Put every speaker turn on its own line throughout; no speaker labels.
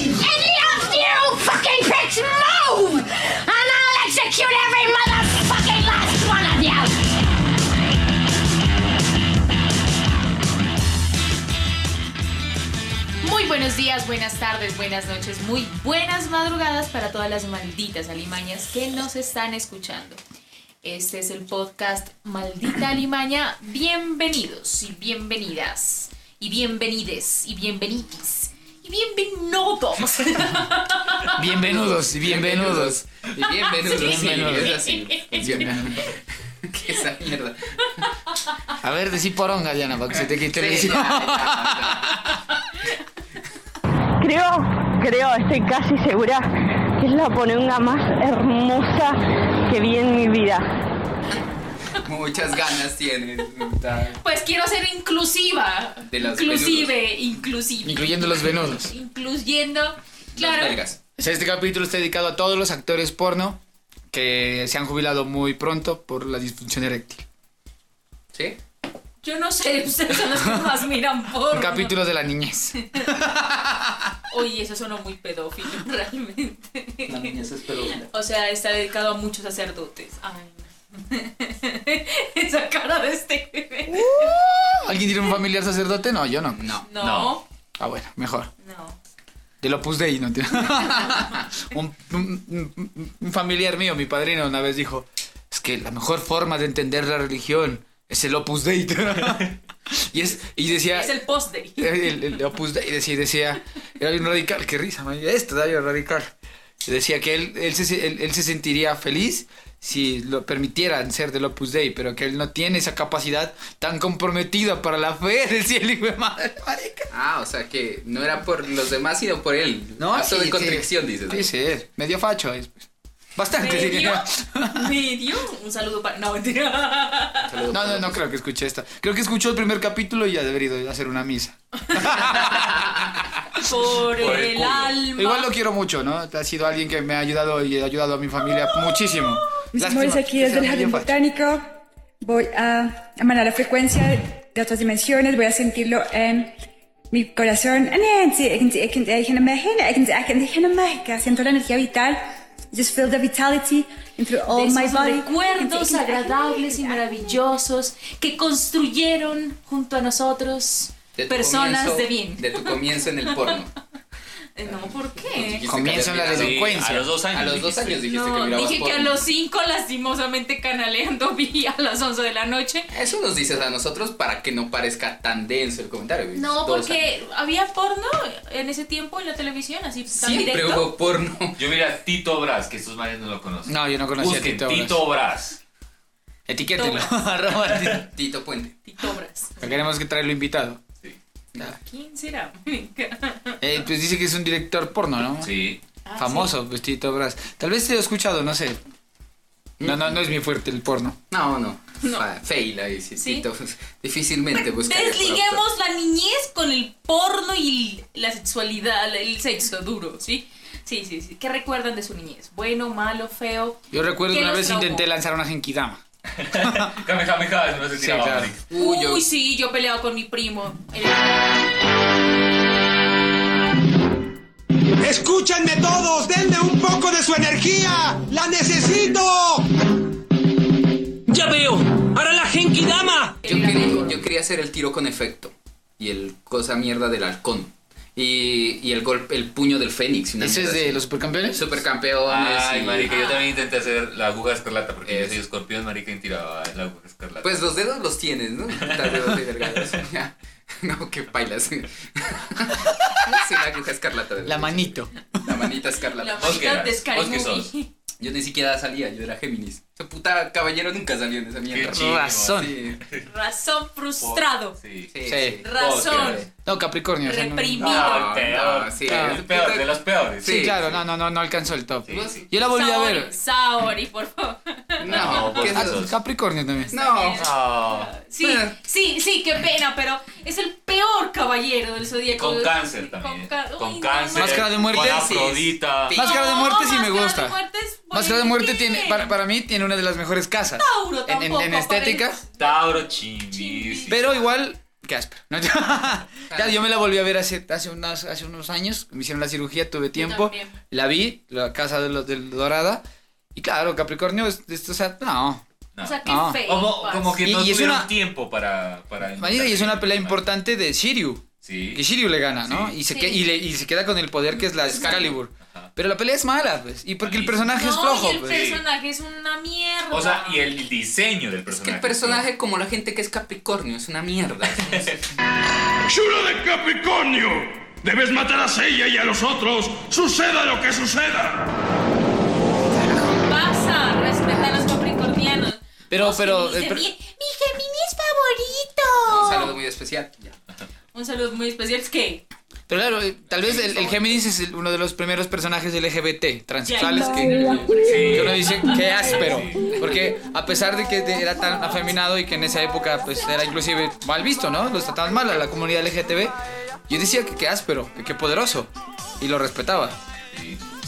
Any of you fucking pricks move! And I'll execute every motherfucking last one of you!
Muy buenos días, buenas tardes, buenas noches, muy buenas madrugadas para todas las malditas alimañas que nos están escuchando. Este es el podcast Maldita Alimaña. Bienvenidos y bienvenidas y bienvenides y bienvenitis y bienvenidos.
Bienvenidos y bienvenidos. Y bienvenidos.
Sí, sí,
bienvenidos.
sí.
Es así. Funciona. ¿Qué esa mierda?
A ver, decí poronga, Diana, para que se te quite el
Sí,
Creo, creo, estoy casi segura que es la poronga más hermosa que vi en mi vida.
Muchas ganas tienes. puta.
Pues quiero ser inclusiva.
De las
inclusive, inclusive.
Incluyendo los venudos.
incluyendo.
Las
Claro.
belgas.
Este capítulo está dedicado a todos los actores porno que se han jubilado muy pronto por la disfunción eréctil.
¿Sí?
Yo no sé, ustedes son los que más miran por.
Capítulos de la niñez.
Oye, eso sonó muy pedófilo, realmente.
La niñez es peluda.
O sea, está dedicado a muchos sacerdotes. Ay, no. Esa cara de este bebé.
¿Alguien tiene un familiar sacerdote? No, yo no.
No.
No, no.
Ah, bueno, mejor. Del Opus Dei, no tiene. un, un- un familiar mío, mi padrino, una vez dijo: Es que la mejor forma de entender la religión es el Opus Dei. y, es, y decía.
Es el post day.
el, el Opus Dei decía, decía, era bien radical, qué risa, man, esto era bien radical. Decía que él, él, se, él- él se sentiría feliz si lo permitieran ser del Opus Dei, pero que él no tiene esa capacidad tan comprometida para la fe, decía el hijo de madre, marica.
Ah, o sea que no era por los demás, sino por él. Acto
sí,
de Ah, contrición,
sí.
dices.
Sí, sí, medio facho es. pues. Bastante.
Medio,
diría.
medio. Un saludo para. No, mentira.
No, no,
Saludo para
no
los-
creo que escuché esta. Creo que escuchó el primer capítulo y ya debería ir a hacer una misa.
Por
el
el
culo.
alma.
Igual lo quiero mucho, ¿no? Ha sido alguien que me ha ayudado y ha ayudado a mi familia muchísimo.
Mis
Lástima
amores, aquí
que
desde
sea
el Jardín
medio facho.
Botánico voy a, a mandar la frecuencia de otras dimensiones, voy a sentirlo en mi corazón. Siento la energía vital. Just feel the vitality into all
de
Oh my
esos
body.
recuerdos agradables y maravillosos que construyeron junto a nosotros
de tu
personas
comienzo-
de bien.
De tu comienzo en el porno.
Eh, No, ¿por
Dijiste
qué?
que
Comienza
habías
la
mirado-
delincuencia.
a los dos años.
A los dos
dijiste.
años dijiste que
No,
mirabas
dije que a
porno.
los 5 lastimosamente canaleando vi a las 11 de la noche.
Eso nos dices a nosotros para que no parezca tan denso el comentario.
No,
Dos años.
porque había porno en ese tiempo en la televisión, así tan
siempre
directo.
hubo porno.
Yo miré a Tito Brás, que estos manes no lo conocen.
No, yo no conocía a
Busquen
Tito Brás.
Tito Brás.
Etiquételo. Arroba Tito.
Tito Puente.
Titobras.
Queremos que traerlo invitado.
Sí.
¿Quién será?
Eh, pues dice que es un director porno, ¿no?
Sí.
Ah,
Famoso, pues Tito Brás. Tal vez te lo he escuchado, no sé. No, no, no es mi fuerte el porno.
No, no.
No.
Fa- Fail ahí, sí,
¿Sí? Pues,
Tito. Difícilmente buscar.
Desliguemos la niñez con el porno y la sexualidad, el sexo duro, ¿sí? Sí, sí, sí. ¿Qué recuerdan de su niñez? Bueno, malo, feo.
Yo recuerdo
¿Qué
que una
los
vez
traumó?
intenté lanzar una genkidama.
Jame, jame, jame, no se
Sí,
tiraba,
claro.
marica.
Uy,
Uy,
yo-
sí, yo peleaba con mi primo. El-
Escúchenme todos, denme un poco de su energía. La necesito.
Ya veo. Ahora la Genki Dama.
Yo quería, yo quería hacer el tiro con efecto. Y el cosa mierda del halcón. Y, y el golpe, el puño del fénix. una
¿Ese es
mierda
de
así.
los supercampeones?
supercampeones.
Ay,
y-
marica,
Ah.
yo también intenté hacer la aguja escarlata porque yo
Eso.
soy escorpión, marica, y tiraba la aguja escarlata.
Pues los dedos los tienes, ¿no? Puta, dedos de delgados, ya. No, que bailas. sí, la aguja escarlata.
La manito.
La manita
la
escarlata.
¿Vos qué
manita de
eras?
Sky
¿Vos qué
Movie.
sos?
Yo ni siquiera salía, yo era Géminis. Ese puta caballero nunca salió en esa mierda.
Qué chido.
Razón.
Sí,
Razón frustrado.
Sí.
sí,
Sí.
sí.
Razón
Vos,
No, Capricornio. o sea, no-
reprimido.
No,
No,
el peor.
no, sí,
el
es-
peor, de los peores.
Sí,
Sí,
claro,
sí.
no, no, no, no alcanzó el top.
Sí, sí.
Yo la volví a
Saori,
ver.
Saori, por favor.
No,
No,
¿qué
Ah,
es eso?
Capricornio también.
No. Ah,
No.
Sí,
Bueno.
sí, sí, qué pena, pero es el peor caballero del zodíaco.
Con cáncer también. eh.
ca- Uy,
Con
no,
cáncer.
no.
Máscara de muerte,
Con
sí.
Afrodita.
Sí.
Máscara de
No,
muerte sí me
Máscara de
gusta.
Muerte es
Máscara de
buena.
muerte tiene, para, para mí tiene una de las mejores casas.
Tauro
En- en-
tampoco,
en estética.
parece-
Tauro, chimbis.
Pero igual, Qué áspero. ¿no? Ya, yo me la volví a ver hace, hace, unas, hace unos años. Me hicieron la cirugía, tuve tiempo.
también.
La vi, la casa de los del Dorada. Y claro, Capricornio, es, es- o sea, no.
No.
O sea, qué
No.
feo.
Como, como que
Y-
no
y es
tuvieron
una-
tiempo para... para
Imagina, y es una pelea importante de Shiryu.
Sí.
Que Shiryu le gana, ¿no?
Sí.
Y, se
Sí.
que- y, le- y se queda con el poder que es la Excalibur. Pero la pelea es mala, pues. Y porque el
Malísima.
personaje es flojo.
y el
pues.
personaje es una mierda.
O sea, y el diseño del
Es
personaje.
que el personaje, como la gente que es Capricornio, es una mierda.
¡Chulo de Capricornio! Debes matar a Seiya y a los otros, suceda lo que suceda.
Pasa, respeta a los capricornianos.
Pero-
O sea,
pero-
Mi,
eh, pero-
Gemi- mi Géminis
Un
favorito.
saludo muy especial. Ya.
Un saludo muy especial. Es que.
Pero claro, eh, tal vez el, el Géminis es el- uno de los primeros personajes LGBT transexuales
Ya,
que,
Sí.
que uno dice que áspero.
Sí.
Porque a pesar de que de- era tan afeminado y que en esa época pues era inclusive mal visto, ¿no? Los trataban mal a la comunidad LGTB. Yo decía que qué áspero, que qué poderoso. Y lo respetaba.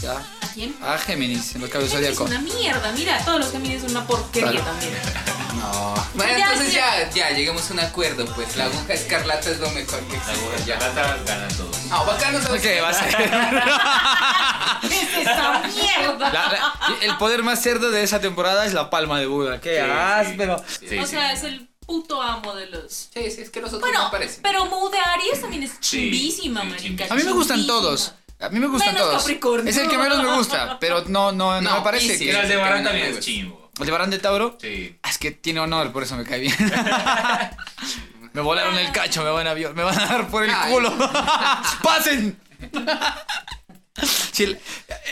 Ya.
¿A quién?
A Géminis, en los cabezos
Es
zodiacos.
una mierda. Mira, todos los Géminis son una porquería
Claro.
también.
Bueno,
Ya,
entonces
sí.
ya, ya, lleguemos a un acuerdo, pues. La aguja escarlata es lo mejor que
La
existe.
aguja
Ya.
escarlata gana todo.
No, bacano no
¿Qué va a ser?
¿Qué es esta mierda?
La- la- el poder más cerdo de esa temporada es la palma de Buda. Qué áspero.
Sí,
o
sí.
sea, es el puto amo de los.
Sí, sí, es que los otros
Bueno,
no parecen.
pero Mu de Aries también es
Sí,
chimbísima,
sí,
marica.
A mí me gustan
chimbísima.
todos. A mí me gustan
Menos
todos.
Capricornio.
Es el que menos me gusta, pero no, no, no,
No,
me parece.
Piscis.
Y
que-
las de Barán
que
también
no
es chimbo.
¿El de Barán de Tauro?
Sí.
Ah, Es que tiene honor, por eso me cae bien. me volaron el cacho, me van a, vio- me van a dar por el
Ay.
culo. ¡Pasen! Sí, el-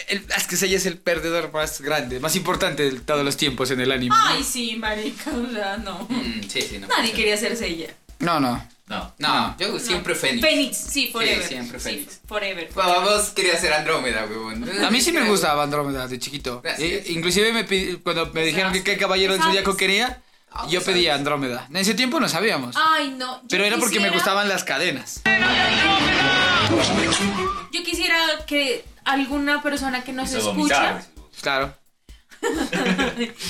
el- es que Seiya es el perdedor más grande, más importante de todos los tiempos en el anime.
Ay, sí, marica. O sea, no.
Mm, sí, sí, no.
Nadie quería hacerse ella.
No, no.
No.
No, yo siempre Fénix.
Fénix, sí, forever.
siempre Fénix.
forever.
Vamos, quería ser Andrómeda, huevón.
A mí sí me gustaba Andrómeda de chiquito.
Gracias.
Eh, inclusive me pi- cuando me dijeron que qué caballero del
Pues ¿Sabes?
zodiaco quería,
Ah,
yo
¿sabes?
pedía Andrómeda. En ese tiempo no sabíamos.
Ay, no. Ah, yo
Pero era porque me
quisiera-
gustaban las cadenas.
Yo quisiera que alguna persona que nos
Eso
escucha.
vomitar.
Claro.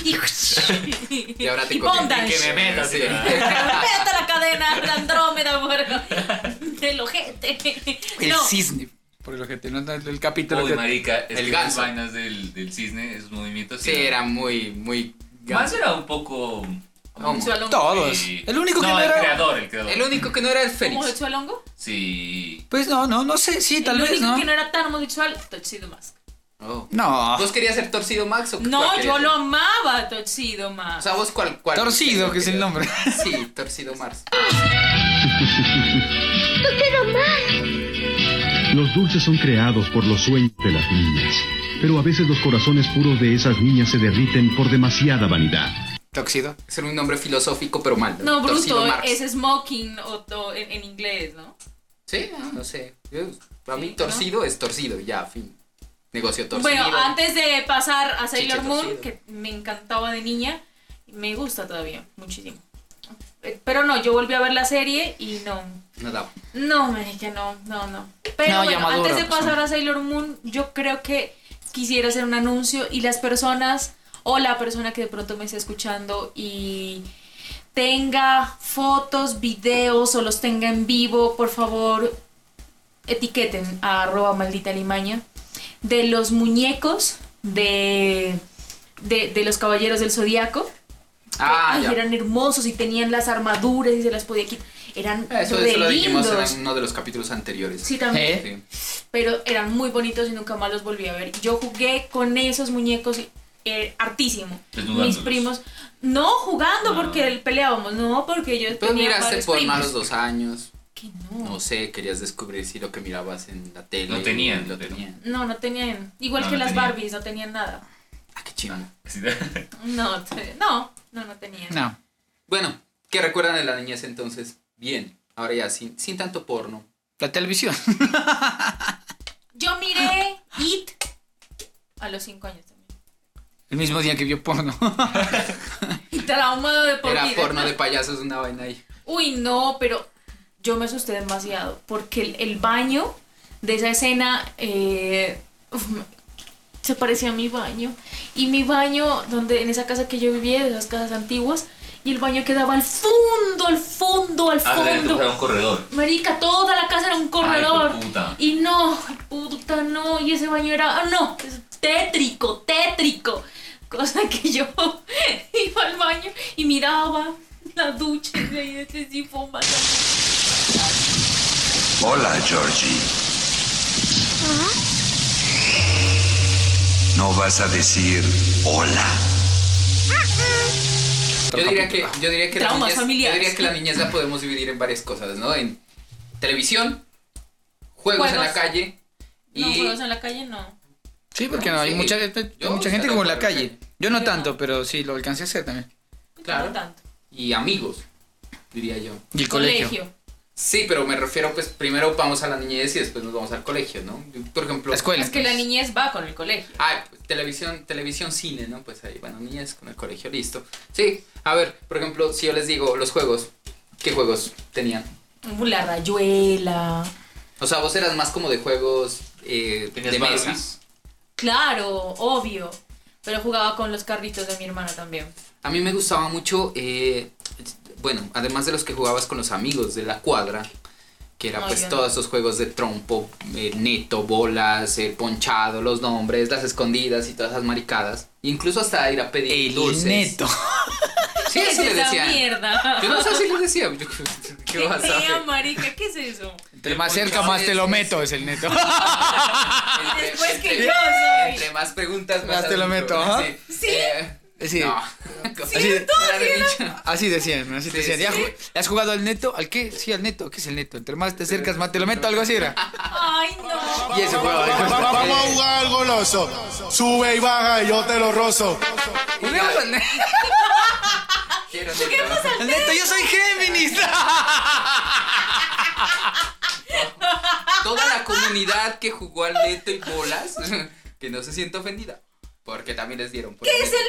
y,
Y ahora te
y
cogen.
bondage.
Que me metas.
Sí.
Sí.
Vete a la cadena de Andrómeda, muerto. Del ojete.
El
no,
cisne. Por el ojete, no, no, el capítulo.
Uy,
que-
marica, es
El
que las
ganso.
vainas del, del cisne, esos movimientos.
Sí, era muy, muy.
Más era un poco.
homosexual hongo.
Todos.
Sí.
El único que
no,
no
el
era-
creador, el creador.
El único que no era el Fénix.
¿Homosexual hongo?
Sí.
Pues no, no, no sé, sí, tal
El
vez,
único
¿no?
que no era tan homosexual, Tuxedo Mask.
Oh.
No.
¿Vos querías ser Torcido Max o cuál
No,
querías
yo
ser?
lo amaba, Tuxedo
O
Mask.
sea, vos cuál. cuál
Torcido, que es el
querías?
nombre.
Sí, Torcido Mars.
Los dulces son creados por los sueños de las niñas, pero a veces los corazones puros de esas niñas se derriten por demasiada vanidad.
Tóxido.
Es un nombre filosófico, pero mal.
No,
Torcido
bruto, eh,
Mars.
es smoking o, o en, en inglés, ¿no?
Sí, ah, no, no sé. Yo- Para mí,
Sí,
torcido es torcido, ya, fin. Negocio torcido.
Bueno, antes de pasar a Sailor
Chiche
Moon,
torcido.
que me encantaba de niña, me gusta todavía muchísimo. Eh, Pero no, yo volví a ver la serie y no.
No daba.
No, que no, no, no. Pero
No, ya
bueno,
madura,
antes de
pues,
pasar
no.
a Sailor Moon, yo creo que quisiera hacer un anuncio y las personas o la persona que de pronto me esté escuchando y tenga fotos, videos o los tenga en vivo, por favor, etiqueten a arroba maldita limaña de los muñecos de, de, de los caballeros del zodiaco.
Ah,
Ay,
ya.
eran hermosos y tenían las armaduras y se las podía quitar. Eran
Eso,
re
eso lo dijimos
lindos.
en uno de los capítulos anteriores.
Sí, también.
¿Eh?
Sí.
Pero eran muy bonitos y nunca más los volví a ver. Yo jugué con esos muñecos eh, hartísimo.
Desnudándolos.
Mis primos. No jugando porque peleábamos, no, porque yo
Tú
tenía
Pues miraste
varios
por
primos.
malos dos años.
Que no.
No sé, querías descubrir si lo que mirabas en la tele.
No tenían,
Lo
pero-
tenían.
No, no tenían. Igual
No,
que
no
las
tenían.
Barbies, no tenían nada.
Ah, qué chido.
Sí.
No, te- no, no, no tenían.
No.
Bueno, ¿qué recuerdan de la niñez entonces? Bien. Ahora ya, sin, sin tanto porno.
La televisión.
Yo miré It a los 5 años también.
El mismo día que vio porno.
Y traumado de por
Era
vida.
porno de payasos, una vaina ahí.
Uy, no, pero yo me asusté demasiado porque el, el baño de esa escena eh, uf, me- se parecía a mi baño. Y mi baño, donde en esa casa que yo vivía, de esas casas antiguas, y el baño quedaba al fondo, al fondo, al
Adentro
fondo.
Ah, era un corredor.
Marica, toda la casa era un corredor.
Ay, puta.
Y no, puta, no. Y ese baño era, ah, no, es tétrico, tétrico. Cosa que yo iba al baño y miraba la ducha y ahí ese sifón pasando.
Hola, Georgie. No vas a decir hola.
Yo diría que, yo diría que, la,
Traumas
niñez, yo
familiares.
diría que la niñez la podemos dividir en varias cosas, ¿no? En televisión, juegos, en la
Juegos.
calle y...
No, juegos en la calle no.
Sí, porque no, hay
Sí.
mucha, gente-
Yo
mucha gente
salgo
como en
por
la
la
calle.
calle.
Yo no tanto, pero sí, lo alcancé a hacer también.
Claro.
Pues, No tanto.
y amigos, diría yo.
Y el colegio.
Sí, pero me refiero, pues, primero vamos a la niñez y después nos vamos al colegio, ¿no? Yo, Por ejemplo...
La escuela.
Es que la niñez va con el colegio.
Ah, pues, televisión, televisión, cine, ¿no? Pues ahí, bueno, niñez con el colegio, listo. Sí, a ver, por ejemplo, si yo les digo los juegos, ¿qué juegos tenían?
La rayuela.
O sea, vos eras más como de juegos eh,
Tenías
de mesa.
Barbies.
Claro, obvio. Pero jugaba con los carritos de mi hermana también.
A mí me gustaba mucho, eh, bueno, además de los que jugabas con los amigos de la cuadra, que era
Ay,
pues
yo no.
todos esos juegos de trompo, eh, neto, bolas, el ponchado, los nombres, las escondidas y todas esas maricadas. Incluso hasta ir a pedir
El
dulces.
neto.
Sí,
¿Qué es
eso le
esa
decían.
mierda?
Yo no sé si les decía. Yo- ¿Qué
¿Qué
vas a hacer?
fea, marica? ¿Qué es eso?
Entre más cerca, más te lo meto, es el neto.
Entre-
Después que
entre-
yo soy.
Entre más preguntas, más,
Más te lo
adulto,
meto, ajá.
Sí. Eh,
Sí.
No.
Sí,
Era de bicho.
Así decían, así
Sí,
decían. ¿Ya
sí.
ju- ¿Has jugugado al neto? ¿Al qué? Sí, al neto. ¿Qué es el neto? Entre más te acercas, más te lo meto, algo así era.
Ay,
Ah.
no.
Y ese juego.
"Este,
Vamos a jugar al goloso. Sube y baja y yo te lo rozo.
Juguemos al neto.
Quiero
Al neto, yo soy Géminis.
toda la comunidad que jugó al neto y bolas, que no se sienta ofendida, porque también les dieron. por
¿Qué
el
es
neto.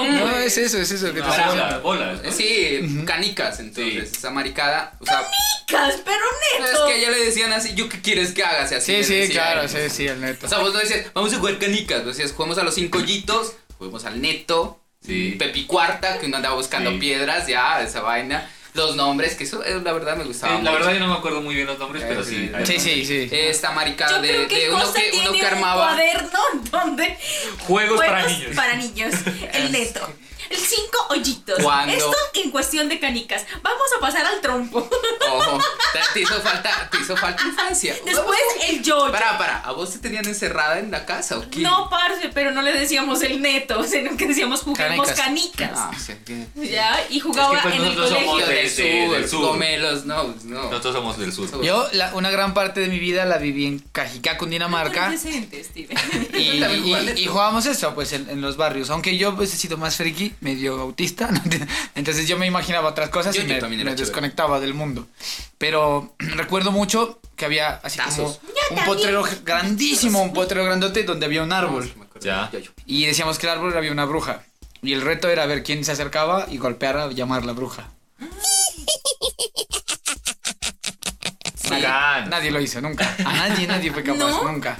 el mierda del neto?
No, es eso, es eso. Que te
No.
sacan.
Ah, Bola, bola.
Eh, Sí, canicas, entonces, esa maricada, o sea,
Chicas, pero
es
neto.
que a ella le decían así, ¿yo qué quieres que haga? Si así
Sí,
le
sí,
decía
claro,
él.
sí, sí, al
O
neto.
sea, vos no decías, vamos a jugar canicas, vos decías, juguemos a los cinco hoyitos, juguemos al neto,
Sí.
Pepi Cuarta, que uno andaba buscando
Sí.
piedras, ya, esa vaina, los nombres, que eso, eh, la verdad, me gustaba
Eh, la
mucho.
verdad yo no me acuerdo muy bien los nombres,
Eh,
pero
sí,
sí.
sí,
Sí, Eh, sí, sí.
Esta maricada
Yo
de,
creo que
de uno
Costa
que, uno
tiene
que
un
armaba.
cuaderno donde
Juegos para niños.
para niños. El neto. El cinco hoyitos.
Cuando-
Esto en cuestión de canicas. Vamos a pasar al trompo.
Ojo, te, te hizo falta, te hizo falta infancia.
Después el yo.
Para, para, ¿a vos te tenían encerrada en la casa o qué?
No, parce, pero no le decíamos el neto, sino que decíamos juguemos canicas.
Ah, o sea, que-
Ya, y jugaba
Es que, pues,
en el
nosotros somos
colegio.
Yo del
de- de-
sur,
del sur.
gomelos, no, no.
Nosotros somos del sur.
Yo la- una gran parte de mi vida la viví en Cajicá, Cundinamarca.
Adolescentes, tío.
Y, y- y jugábamos eso, pues, en, en los barrios. Aunque yo pues, he sido más friki, medio autista. ¿no? Entonces yo me imaginaba otras cosas
Yo-
y
yo
me,
también era
me
chévere.
desconectaba del mundo. Pero recuerdo mucho que había así
Tazos.
como un potrero grandísimo, un potrero grandote donde había un árbol.
Ah, Me acuerdo.
Ya.
Yo- yo.
Y decíamos que el árbol había una bruja. Y el reto era ver quién se acercaba y golpear a llamar la bruja.
Ah,
Bacán.
Nadie lo hizo, nunca. A nadie, nadie fue capaz,
¿No?
nunca.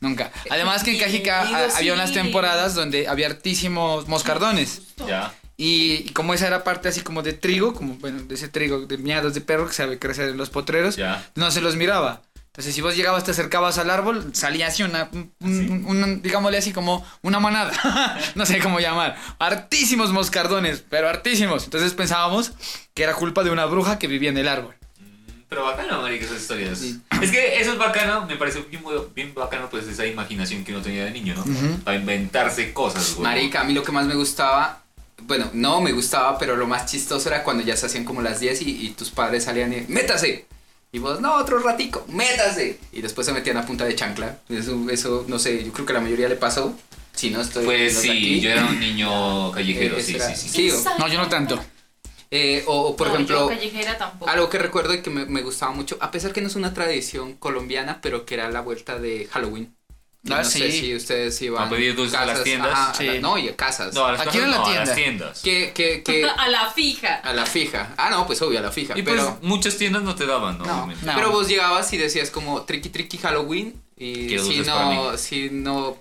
Nunca. Además que en Cajica
Digo,
a- había unas
sí.
temporadas donde había hartísimos moscardones.
Ya.
Y, y como esa era parte así como de trigo, como bueno, de ese trigo de miados de perro que sabe crecer en los potreros,
Ya.
no se los miraba. Entonces, si vos llegabas, te acercabas al árbol, salía así una, un- un- un- digámosle así como una manada, no sé cómo llamar, hartísimos moscardones, pero hartísimos. Entonces pensábamos que era culpa de una bruja que vivía en el árbol.
Pero bacano, marica, esas historias. Es que eso es bacano, me pareció bien, bu- bien bacano pues esa imaginación que uno tenía de niño, ¿no? Para inventarse cosas, güey.
Marica, a mí lo que más me gustaba, bueno, no me gustaba, pero lo más chistoso era cuando ya se hacían como las 10 y, y tus padres salían y ¡métase! Y vos, no, otro ratico, métase. Y después se metían a punta de chancla. Eso, eso no sé, yo creo que a la mayoría le pasó. Si no estoy.
Pues
no
sí,
sé aquí.
yo era un niño callejero,
Eh,
sí,
espera.
sí, sí,
Sí,
sí.
o-
No, yo no tanto.
eh, o, o, por
No, yo
ejemplo,
callejera tampoco.
algo que recuerdo y que me, me gustaba mucho, a pesar que no es una tradición colombiana, pero que era la vuelta de Halloween. Yo
Ah,
no sé
sí.
si ustedes iban
A pedir dulces a las tiendas.
ajá,
Sí.
la- no, y a casas.
No, a las,
Aquí
casas
era la
no, a
tienda.
las tiendas.
Que, que, que
A la fija.
a la fija. Ah, no, pues obvio, a la fija.
Y
pero,
pues muchas tiendas no te daban, ¿no?
no,
Obviamente.
no.
pero vos llegabas y decías como tricky tricky Halloween. Y
Quiero
si
dulces para
no, si no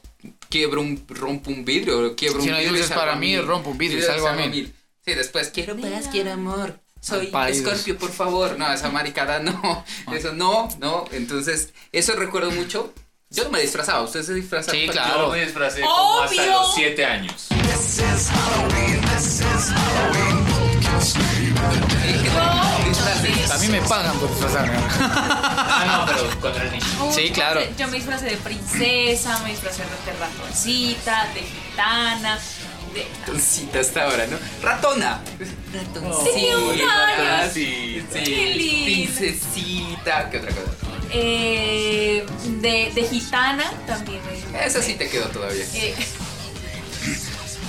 quiebro un, rompo un vidrio, o quiebro
Si
un
no hay
vidrio.
dulces
salgo
para
a
mí,
mil.
rompo un vidrio,
Sí,
salgo a mil.
mil. Sí, después quiero paz, quiero amor. Soy
Pálidos.
Scorpio, por favor. No, esa maricada no.
Ah.
Eso no, no. Entonces, eso recuerdo mucho. Yo no me disfrazaba, ustedes se disfrazaban.
Sí, claro. Yo me disfracé como hasta Obvio. los siete años.
A mí me pagan por disfrazarme.
Ah, no, pero cuando era niño.
Sí, claro.
Yo me disfracé de princesa, me disfracé de ratoncita, de gitana, de...
Ratoncita hasta ahora, ¿no? Ratona.
Tenía un
Ah,
Ah,
año.
Sí, sí.
Qué lindo.
Princesita. ¿Qué otra cosa?
Eh, de, de gitana también. me disfracé.
Esa sí te quedó todavía.
Eh,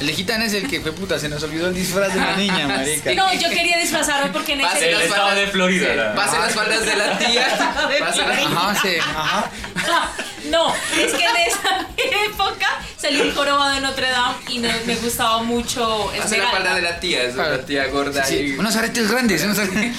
El de gitana es el que fue puta, se nos olvidó el disfraz de la niña, marica.
no, yo quería disfrazarme porque en
Pase
ese
las faldas de
Florida, la-
Pase las faldas de la tía. Pase las-
Ajá, sí, ajá.
No, es que en esa época salí el jorobado de Notre Dame y no- me gustaba mucho
Pase la falda
Esmeralda.
de la tía, es la tía gorda.
Sí,
y-
unos aretes grandes, unos aretes.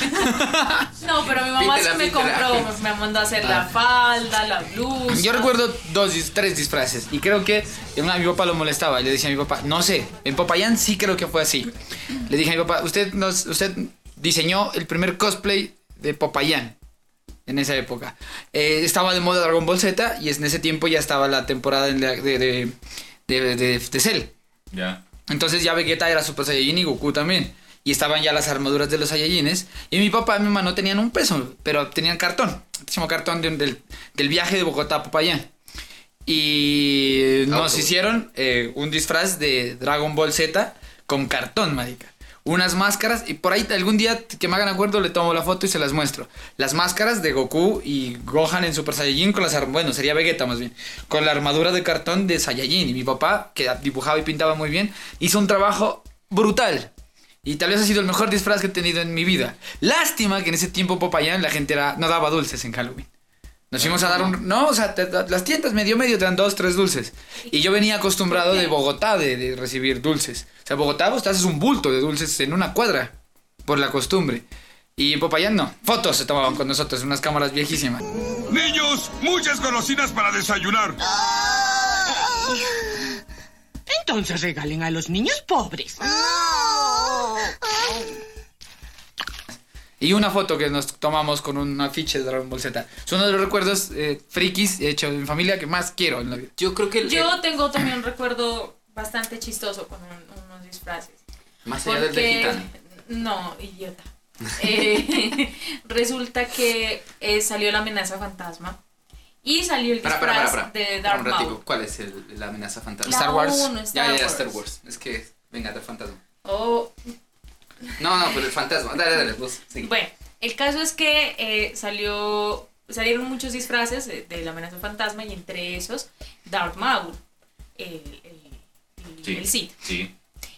No, pero mi mamá sí
Píntela,
me
píntela.
compró, me- me mandó a hacer la falda, la blusa.
Yo recuerdo dos, dis- tres disfraces y creo que una, mi papá lo molestaba. y Le decía a mi papá, no sé, en Popayán sí creo que fue así. Le dije a mi papá, usted, nos, usted diseñó el primer cosplay de Popayán en esa época. Eh, estaba de moda Dragon Ball Z y en ese tiempo ya estaba la temporada en la- de, de, de, de- de Cell.
Ya.
Entonces ya Vegeta era Super Saiyajin y Goku también. Y estaban ya las armaduras de los Saiyajines. Y mi papá y mi mamá no tenían un peso, pero tenían cartón. Hicimos cartón de un- del, del viaje de Bogotá a Popayán. Y nos hicieron eh, un disfraz de Dragon Ball Z con cartón, marica. Unas máscaras, y por ahí algún día que me hagan acuerdo le tomo la foto y se las muestro. Las máscaras de Goku y Gohan en Super Saiyajin con las arm- bueno, sería Vegeta más bien, con la armadura de cartón de Saiyajin. Y mi papá, que dibujaba y pintaba muy bien, hizo un trabajo brutal. Y tal vez ha sido el mejor disfraz que he tenido en mi vida. Lástima que en ese tiempo Popayán la gente era, no daba dulces en Halloween. Nos fuimos a dar un... No, o sea, te- te- las tiendas medio medio te dan dos, tres dulces. Y yo venía acostumbrado de Bogotá de, de recibir dulces. O sea, Bogotá vos te haces un bulto de dulces en una cuadra, por la costumbre. Y en Popayán no. Fotos se tomaban con nosotros, unas cámaras viejísimas.
Niños, muchas golosinas para desayunar.
Entonces regalen a los niños pobres.
Y una foto que nos tomamos con un afiche de Dragon Ball Z. Es uno de los recuerdos eh, frikis hecho en familia que más quiero en la vida.
Yo creo que...
Yo tengo también un recuerdo bastante chistoso con un- unos disfraces.
Más allá del de
Porque-
gitano.
No, idiota. Eh, resulta que eh, salió la amenaza fantasma y salió el
Para,
disfraz
para, para, para.
de
Para
Darth
un ratico.
Maul.
¿Cuál es el- la amenaza fantasma?
La Star Wars. uno, Star
ya, ya, ya,
Wars.
Star Wars. Es que, venga, del fantasma.
Oh,
No, no, pero el fantasma. Dale, dale, vos. sigue.
Bueno, el caso es que eh, salió, salieron muchos disfraces eh, de, la amenaza fantasma y entre esos Darth Maul, el, el, el,
Sí.
el Sith.
Sí.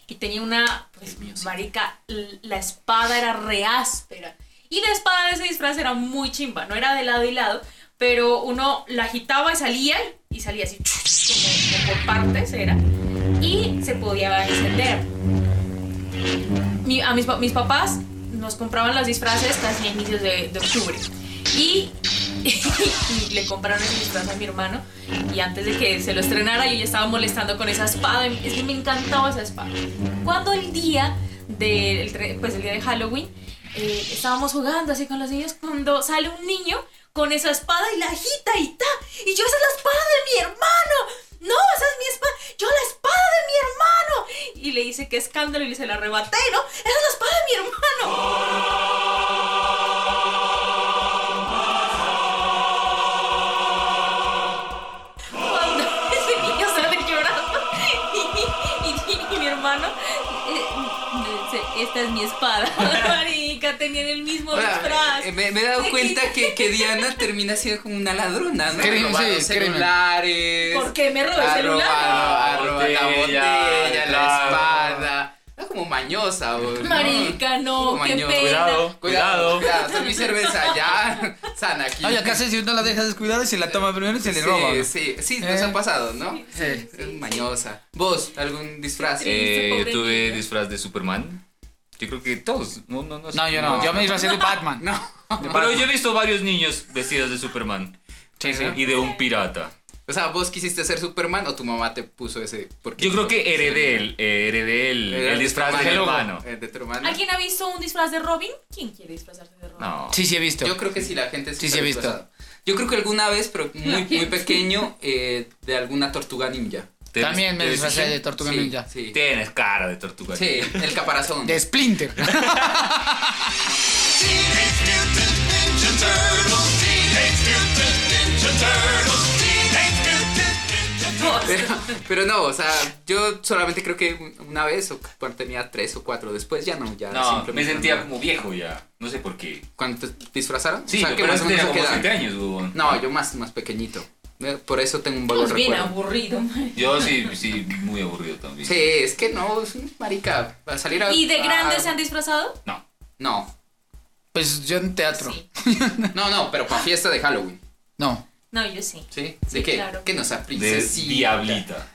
Y tenía una, pues, marica, l- la espada era re áspera. Y la espada de ese disfraz era muy chimba, no era de lado y lado, pero uno la agitaba y salía, y salía así, como, como por partes era, y se podía encender. Mi- a mis, pa- mis papás nos compraban los disfraces casi a inicios de, de octubre. Y, y le compraron ese disfraz a mi hermano. Y antes de que se lo estrenara, yo ya estaba molestando con esa espada. Es que me encantaba esa espada. Cuando el día del tre- pues el día de Halloween, eh, estábamos jugando así con los niños. Cuando sale un niño con esa espada y la agita y ta. Y yo, esa es la espada de mi hermano. No, esa es mi espada. Yo la espada de mi hermano. Y le dice que escándalo y se la arrebaté, ¿no? Esa es la espada de mi hermano. Cuando ese niño sale llorando y, y- y mi hermano, eh, dice, esta es mi espada. Marica, tenían el mismo
Ahora,
disfraz.
eh, me, me he dado cuenta que, que Diana termina siendo como una ladrona, ¿no?
Crimen,
Robando
sí, crimen.
celulares.
¿Por qué me robé
ha
el celular?
robado- ha robado la
Botella,
botella, la
claro.
espada. Era como mañosa, o- ¿no?
Marica, no,
Como
qué pena.
mañosa. Cuidado, cuidado. Está mi cerveza ya. Sana aquí.
No, y acá si uno la deja descuidada, se la toma primero y Ah, se le
Sí,
roba. ¿no?
sí, sí, nos
Eh.
ha pasado, ¿no?
Sí.
Es mañosa. ¿Vos, algún disfraz?
Eh, yo tuve disfraz de Superman. Yo creo que todos. No, no, no.
No, yo no, yo me disfrazé de Batman.
No.
Pero yo he visto varios niños vestidos de Superman.
sí.
Y de un pirata.
O sea, vos quisiste ser Superman o tu mamá te puso ese. Porque
Yo creo que heredé el, eh, heredé el, el disfraz de mi hermano.
El Eh, de tu hermano.
¿Alguien ha visto un disfraz de Robin? ¿Quién quiere disfrazarse de Robin?
No.
Sí, sí he visto.
Yo creo que sí, la gente
Sí, sí he
está
visto.
disfrazada. Yo creo que alguna vez, pero muy, muy pequeño, eh, de alguna tortuga ninja.
También me disfrazé de Tortuga
Sí,
Ninja. Este.
Sí.
Tienes cara de tortuga.
Sí, el caparazón.
De Splinter.
Pero, pero no, o sea, yo solamente creo que un- una vez o cuando tenía tres o cuatro, después ya no, ya
No,
simplemente
me sentía
no.
como viejo ya. No sé por qué.
¿Cuando te disfrazaron?
Sí,
O sea,
yo
que
apenas
más o menos
tenía
a qué
como
edad.
7 años, huevón.
No, yo más, más pequeñito. Eh, Por eso tengo un valor
Pues bien
recuerdo.
aburrido.
Yo sí, sí, muy aburrido también.
Sí, es que no, es un marica. Va a salir a.
¿Y de
a-
grandes se han disfrazado?
No.
Pues yo en teatro.
No, no, pero para fiesta de Halloween.
No.
No, yo sí.
¿Sí?
Sí,
¿De qué?
claro.
¿Qué nos aprincesita?
De diablita.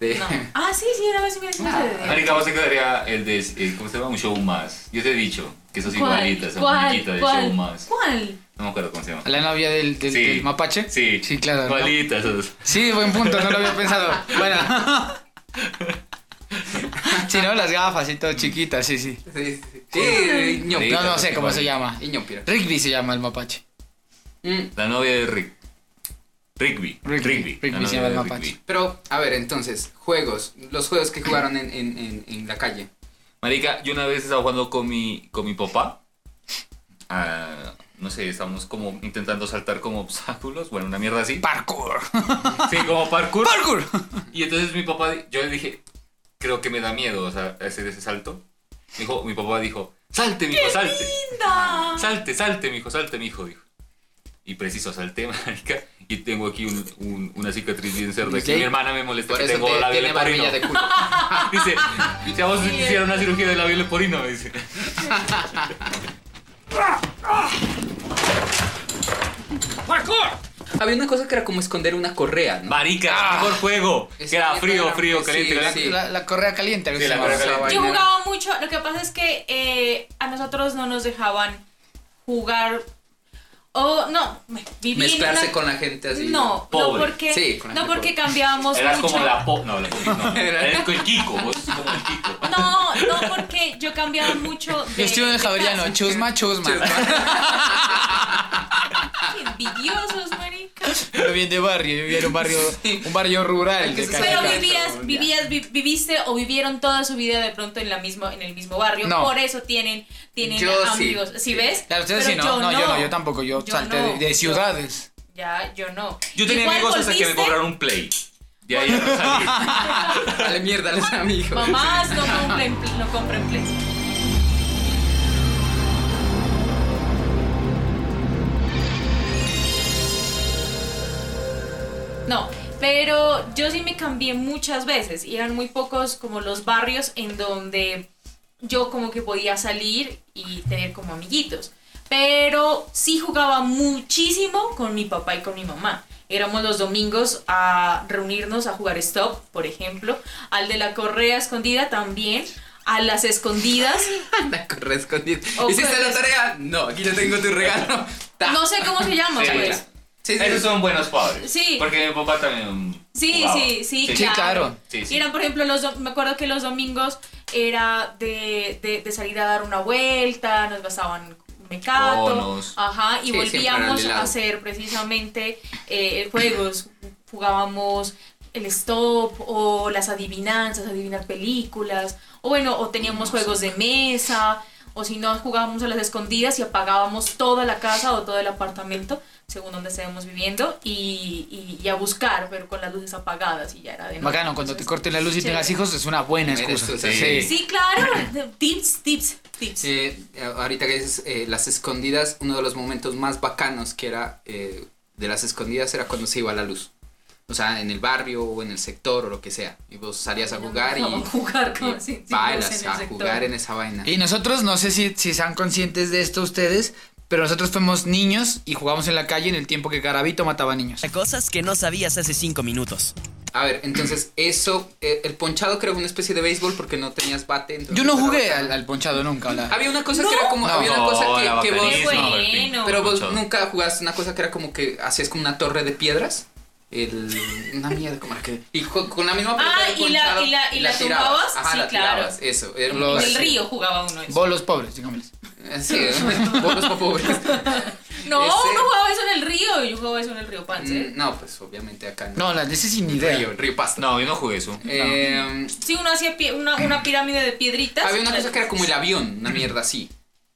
De...
No. Ah, sí, sí, era más me disfrazé de
Marica, vos te quedaría el de, eh, ¿cómo se llama? Un show más. Yo te he dicho que eso es igualita, esa muñequita de show más.
¿Cuál?
No me acuerdo cómo se llama.
¿La novia del, del-
Sí.
del mapache?
Sí.
Sí, claro. ¿no?
Igualita, esos.
Sí, buen punto, no lo había pensado. Bueno. Sí, ¿no? Las gafas y todo chiquitas, sí, sí.
Sí, sí. Sí, ño,
No, no sé cómo se llama.
Iño, pira.
Rigby se llama el mapache.
Mm,
La novia de Rick. Rigby. Rigby.
Rigby
La novia
se llama el
de
mapache.
Rigby.
Pero, a ver, entonces, juegos. Los juegos que jugaron en, en, en, en la calle.
Marica, yo una vez estaba jugando con mi, con mi papá. Ah, no sé, estamos como intentando saltar como obstáculos. Bueno, una mierda así.
Parkour.
Sí, como parkour. ¡Parkour! Y entonces mi papá, di- yo le dije, creo que me da miedo o sea, hacer ese salto. Dijo, mi papá dijo, salte, mijo, salte.
¡Linda!
Salte, salte, mijo, salte, mijo, dijo. Y preciso, salté, marica. Y tengo aquí un- un- una cicatriz bien cerda.
Sí.
Que mi hermana me molesta
Por
que
eso
tengo
te-
labio
tiene
leporino.
barbilla de culo.
Dice, si a vos te hicieron una cirugía de labio leporino, me dice.
Había una cosa que era como esconder una correa, ¿no?
Marica, mejor juego. Que era frío, frío,
Sí,
caliente, caliente.
sí.
La, la correa caliente. algo
Sí, la
así.
correa caliente.
Yo jugaba mucho, lo que pasa es que eh, a nosotros no nos dejaban jugar o no, me- viví en
Mezclarse
una-
con la gente así.
No,
Pobre.
no porque
Sí, con la
no
gente
porque cambiábamos
Eras
mucho.
como la po... No, la po... No, eres con el Kiko, vos como el Kiko.
No, no porque yo cambiaba mucho de
Yo estuve en el
de
Javeriano,
casa.
chusma, chusma.
Qué envidiosos, maricas.
Pero bien de barrio, yo vivía en un barrio, un barrio rural. De
Pero
Caracas.
vivías, vivías, vi- viviste o vivieron toda su vida de pronto en la misma, en el mismo barrio.
No.
Por eso tienen, tienen
Yo sí.
amigos. ¿Sí, ves?
Claro, ustedes
Pero
sí, no, no, yo no, yo tampoco, yo,
Yo
salté de-
no.
de, ciudades.
Ya, yo no.
Yo tenía
¿Y cuál
amigos hasta que me
volviste?
compraron un Play. De ahí ya no salí.
Dale mierda a los amigos.
Mamás, no compren, no compren Play. No, pero yo sí me cambié muchas veces y eran muy pocos como los barrios en donde yo como que podía salir y tener como amiguitos. Pero sí jugaba muchísimo con mi papá y con mi mamá. Éramos los domingos a reunirnos a jugar stop, por ejemplo, al de la correa escondida también, a las escondidas.
La correa escondida.
O
¿Hiciste la
puedes-
tarea? No, aquí yo tengo tu regalo. Ta.
No sé cómo se llama,
Sí.
pues.
Sí, sí,
Esos
sí.
son buenos padres.
Sí.
Porque mi papá también. um,
Sí,
jugaba.
sí, sí,
Sí, claro.
Sí,
Y
sí.
eran, por ejemplo, los do- me acuerdo que los domingos era de, de- de salir a dar una vuelta, nos gastaban mecato,
Bonos.
ajá, y
Sí, siempre eran
volvíamos
de
a
lado.
hacer precisamente eh, juegos, jugábamos el stop o las adivinanzas, adivinar películas, o bueno, o teníamos juegos de mesa, o si no jugábamos a las escondidas y apagábamos toda la casa o todo el apartamento, según donde estemos viviendo, y, y- y a buscar, pero con las luces apagadas y ya era de noche.
Bacano, cuando te corten la luz y
Sí.
tengas hijos es una buena
Mira,
excusa.
esto es
Sí.
así.
Sí, claro. tips, tips, tips.
Eh, ahorita que dices eh, las escondidas, uno de los momentos más bacanos que era eh, de las escondidas era cuando se iba la luz. O sea, en el barrio o en el sector o lo que sea. Y vos salías a jugar y,
No, jugar con, sin- sin
y
luz en
bailas
el
a
sector.
jugar en esa vaina.
Y nosotros, no sé si, si sean conscientes de esto ustedes, pero nosotros fuimos niños y jugamos en la calle en el tiempo que Garabito mataba niños.
Cosas que no sabías hace cinco minutos.
A ver, entonces eso, eh, el ponchado creo que una especie de béisbol porque no tenías bate. entonces
Yo no
era
jugué
bacano.
al, al ponchado nunca. la-
Había una cosa que era como,
No.
había una cosa
No,
que-
la
que, vos...
bacanísima,
Bueno.
Bertín.
Pero vos
Mucho.
nunca jugaste una cosa que era como que hacías como una torre de piedras el, una mierda como la que y con, con la misma
Ah,
pelota de
y la-
ponchado,
y la- y la
tirabas.
tumbabas,
Ajá,
sí,
la
claro.
tirabas, eso era
En el río jugaba uno eso.
Bolos pobres, digámosles.
Eh, Sí, bolos pa' pobres.
No,
Ese-
uno jugaba eso en el río. Yo jugaba eso en el río ¿eh? Pance.
Mm, No, pues obviamente acá no.
No, la ese sin idea.
Río, río Pasta.
No, yo no jugué eso.
Eh,
Sí, uno hacía pie- una, una pirámide de piedritas.
había una cosa que era como el avión, una mierda así.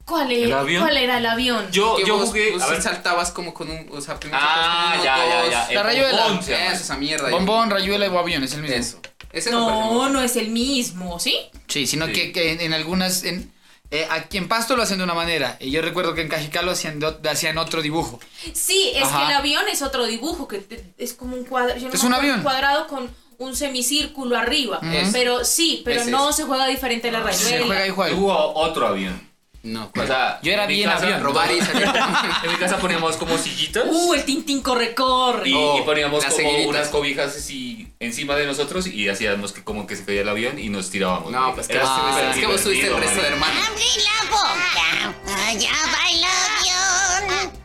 ¿Cuál era?
¿El avión?
¿Cuál era el avión?
Oh,
Que vos- vos saltabas como con un, o sea, primero
Ah,
saltabas
ya,
con
ya,
dos-
ya,
La rayuela.
Eso, esa mierda.
Bombón, rayuela y guavión, es el mismo. Eso.
Ese
No, no es el mismo, ¿sí?
Sí, sino que, que en, en algunas. En, eh, aquí en Pasto lo hacen de una manera. Y yo recuerdo que en Cajicá lo hacían, de ot- hacían otro dibujo.
Sí, es
Ajá.
que el avión es otro dibujo, que te- es como un cuadrado.
Es un avión.
cuadrado con un semicírculo arriba.
Mm. Es.
Pero sí, pero
Es
no
ese.
se juega diferente a
Ah,
la rayuela.
Hubo otro avión.
No,
o sea,
Yo era
en mi
bien
casa-
avión.
Robar y salir. en mi casa poníamos como sillitas
Uh, el tintín corre, corre.
y, y poníamos
las
como
cegueritas.
unas cobijas así encima de nosotros y hacíamos que como que se caía el avión y nos tirábamos.
No, pues que
Era
vos tuviste-
súper
es que vos tuviste el
divertido,
resto de
marica.
hermanos.
¡Abrí la boca! ¡Allá va el avión!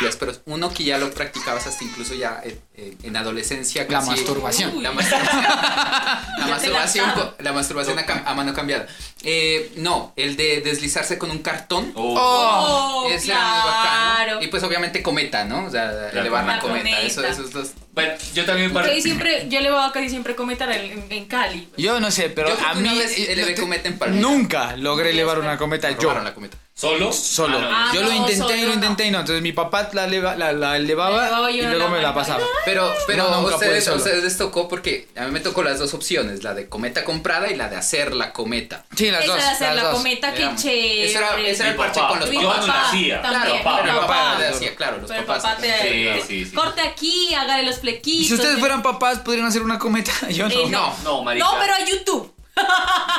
Las- pero uno que ya lo practicabas hasta incluso ya eh, eh, en adolescencia.
La masturbación.
La masturbación. la
Ya te
masturbación,
lanzaba.
co- la masturbación a, cam- a mano cambiada. Eh, no, el de deslizarse con un cartón.
Oh.
Ese
Oh,
era muy bacano.
claro.
Y pues obviamente cometa, ¿no? O sea, elevar la
cometa.
cometa.
La
Eso,
cometa.
esos dos.
Bueno, yo también
Casi siempre, yo le voy a casi siempre comentar en, en- en Cali.
Yo no sé, pero
Yo creo
a
que una
mí.
vez
eh,
elevé
te-
cometa en Palmira.
nunca logré elevar una cometa yo.
robaron la cometa.
¿Solo?
Solo.
Ah, no.
yo lo
Ah, no,
intenté y
solo
lo intenté y no. Entonces mi papá la, eleva- la- la
La
elevaba
elevaba yo
y
en
luego
la
me la
mano.
pasaba.
Pero, pero
No, nunca pude
ustedes,
solo.
ustedes les tocó porque a mí me tocó las dos opciones, la de cometa comprada y la de hacer la cometa.
Sí,
Esa de hacer la cometa, que
Era-
chévere.
Eso era, ese era el
Mi
parche
papá.
con los
Mi
papás.
papá Yo no la
también,
Claro,
mi
papá,
papá.
mi papá lo hacía, claro, los
Pero el
papás.
papá te
Sí, sí, sí.
corte aquí, hágale los
Y
flequitos.
si ustedes fueran papás, podrían hacer una cometa. Yo no.
Eh, no.
No, marica.
No, pero a YouTube.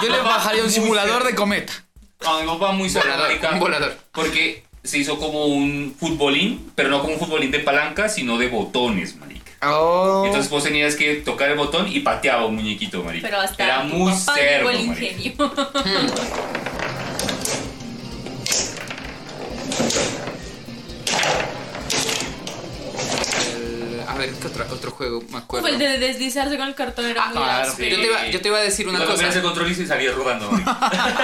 Yo le bajaría un
Muy
simulador
cerca.
de cometa.
A mi papá muy cerca,
Volador,
marica,
un volador.
Porque se hizo como un futbolín, pero no como un futbolín de palanca, sino de botones, marica.
Oh.
Entonces vos tenías que tocar el botón y pateaba un muñequito, marica.
Pero hasta
Era
tu
muy
papá llegó
cerdo,
el
marica.
ingenio.
Eh, A ver, ¿qué otra- otro juego me acuerdo?
el de deslizarse con el cartón era muy
Ah, Claro.
áspero.
Yo, te iba, yo te iba a decir una
Cuando
cosa.
apenas se controló y se salía rodando, marica.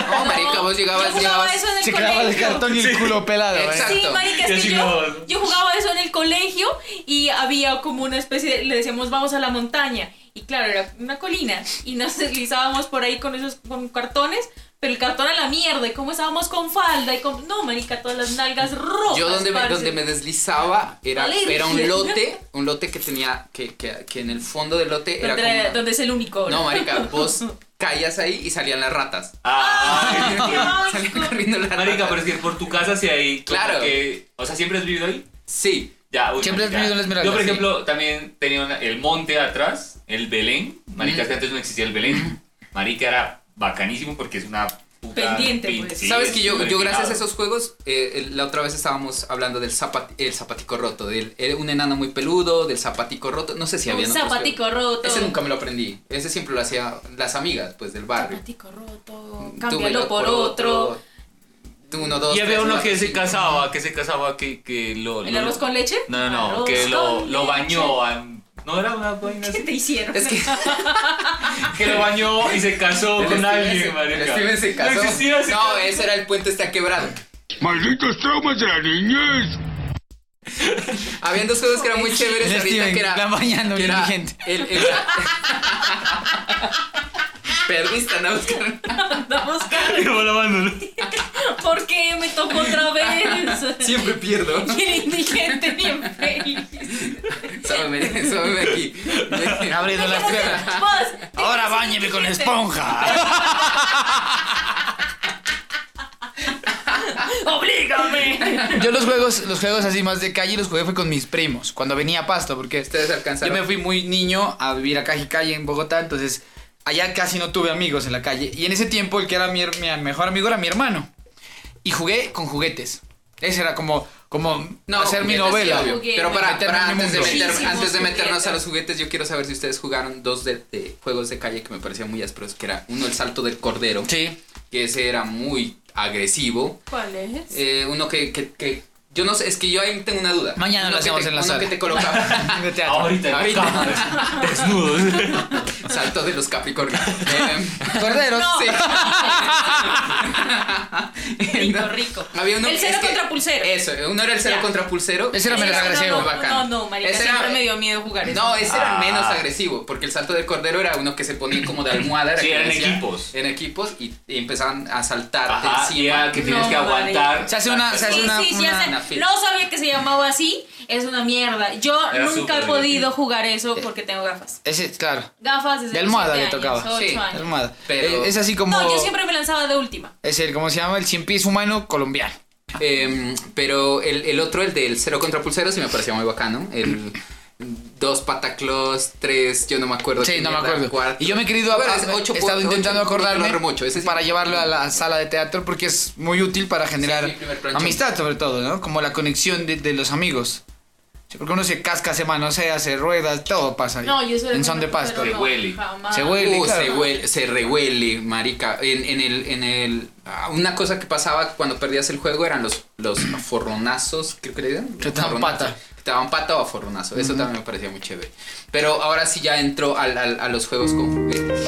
No, marica, vos llegabas,
Yo jugaba
llegabas.
eso en el
Se quedaba el
colegio.
cartón y el culo pelado. ¿eh?
Exacto.
Sí, marica,
Y
es
así
que
no.
yo, yo jugaba eso en el colegio y había como una especie de, le decíamos vamos a la montaña y claro, era una colina y nos deslizábamos por ahí con esos con cartones, pero el cartón a la mierda y como estábamos con falda y con... No, marica, todas las nalgas rojas.
Yo donde me,
parce.
donde me deslizaba era,
Alergia.
era un lote, un lote que tenía, que, que, que en el fondo del lote era
Donde,
como... una-
donde es el único.
No, marica, vos caías ahí y salían las ratas.
Marica, pero es que por tu casa si hay. como
Claro.
que- o sea, ¿siempre has vivido ahí?
Sí.
Ya, uy,
Siempre has
marica.
vivido en la Esmeralda,
Yo, por
sí.
ejemplo, también tenía una- el monte atrás, el Belén. Marica, es que antes no existía el Belén. Marica era bacanísimo porque es una puta.
Pendiente,
pin-
pues.
sí,
Sabes
es
que yo,
súper
yo gracias a
empinado.
esos juegos, eh, el- la otra vez estábamos hablando del zapat- el zapatico roto, del era un enano muy peludo, del zapatico roto, no sé si había
Un
otros juegos.
zapatico roto.
Ese nunca me lo aprendí, ese siempre lo hacía las amigas, pues del barrio.
Zapatico roto.
Tú
Cámbialo
velo
por otro.
Tú uno, dos,
Y había
tres,
uno
cuatro,
que se
cinco.
casaba, que se casaba, que, que lo.
¿El
lo-
arroz con leche?
No, no, no,
Arroz
que lo,
con
lo bañó.
leche.
a- no era una vaina
¿Qué
así.
te hicieron?
Es que-
Que lo bañó y se casó
El
con
Steven se-
alguien,
el
marica.
Steven se casó.
No existía ese
No,
caso.
ese era el puente está quebrado.
Malditos traumas de la niñez.
Habían dos juegos que eran muy chéveres
El
ahorita
Steven,
que era.
la mañana,
que
bien
era
vigente.
el- el- Perdiste, ¿no, Oscar?
Andamos
Yo la mando.
¿Por qué me tocó otra vez?
Siempre pierdo.
Y el indigente bien feliz.
Sábeme, sábeme aquí.
Abriendo las piernas.
Vos,
Ahora báñeme con esponja.
¡Oblígame!
Yo los juegos, los juegos así más de calle los jugué fue con mis primos, cuando venía a Pasto, porque
ustedes alcanzaron.
Yo me fui muy niño a vivir a Cajicalle en Bogotá, entonces allá casi no tuve amigos en la calle. Y en ese tiempo el que era mi, her- mi mejor amigo era mi hermano. Y jugué con juguetes. Ese era como, como hacer mi
juguetes,
novela.
sí, obvio. Pero para,
Meterme
para
en mi
antes, de
mundo.
meter-
Muchísimos
antes de meternos
juguetes.
a los juguetes, yo quiero saber si ustedes jugaron dos de, de juegos de calle que me parecían muy ásperos, que era uno el salto del cordero. Que ese era muy agresivo.
¿Cuál es?
Eh, uno que, que, que Yo no sé, es que yo ahí tengo una duda.
Mañana lo
Uno que
hacemos
te-
en la
uno
sala.
que te coloca.
Ahorita en la
Ahorita. Desnudos. Salto de los Em, Capricornios.
Corderos.
Rico, rico. Había uno
El cero
que-
contra pulsero.
Eso, uno era el cero
Ya.
contra pulsero.
Ese era menos
Eso
agresivo.
No, no, no, no, marica,
Ese era-
siempre me dio miedo jugar eso.
No, ese era
Ah.
menos agresivo, porque el salto del cordero era uno que se ponía como de almohada. era
Sí,
que
eran
decía-
equipos.
En equipos y, y empezaban a saltar
Ajá,
encima.
y era que tienes No, que aguantar. marica.
Se hace una, se hace
Sí,
una,
sí, sí, ya sé.
una fila.
No sabía que se llamaba así, es una mierda. Yo
Era
nunca he
súper
podido
divertido.
jugar eso porque tengo gafas.
Ese, claro.
Gafas desde
De
los
almohada
siete
le tocaba.
Años, ocho
sí, de
años.
almohada. Eh, es así como.
No, yo siempre me lanzaba de última.
Es el, ¿cómo se llama? El cien pies humano colombiano.
Em, pero el, el otro, el del cero contra pulsero, sí me parecía muy bacano. El dos pataclos, tres, yo no me acuerdo.
Sí,
qué
no me
mierda,
acuerdo.
cuatro.
Y yo me he querido.
Bueno,
ah,
es ocho
he estado
pu-
intentando
ocho
acordarme
puntos remocho, ese sí.
para llevarlo a la sala de teatro porque es muy útil para generar
primer planchón.
amistad, sobre todo, ¿no? Como la conexión de, de los amigos. Sí, Porque uno se casca, se manosea, hace ruedas, todo pasa ahí.
No, yo soy
En son de pasto.
Se huele. jamás.
Se huele,
Uh,
claro.
se huele, se rehuele, marica. En, en el, en el, ah, una cosa que pasaba cuando perdías el juego eran los, los forronazos, creo que le digan.
Que te daban
Forronazos. Que te daban pata o forronazo. Eso
Ujú.
también me parecía muy chévere. Pero ahora sí ya entro al- al- a los juegos con juguetes.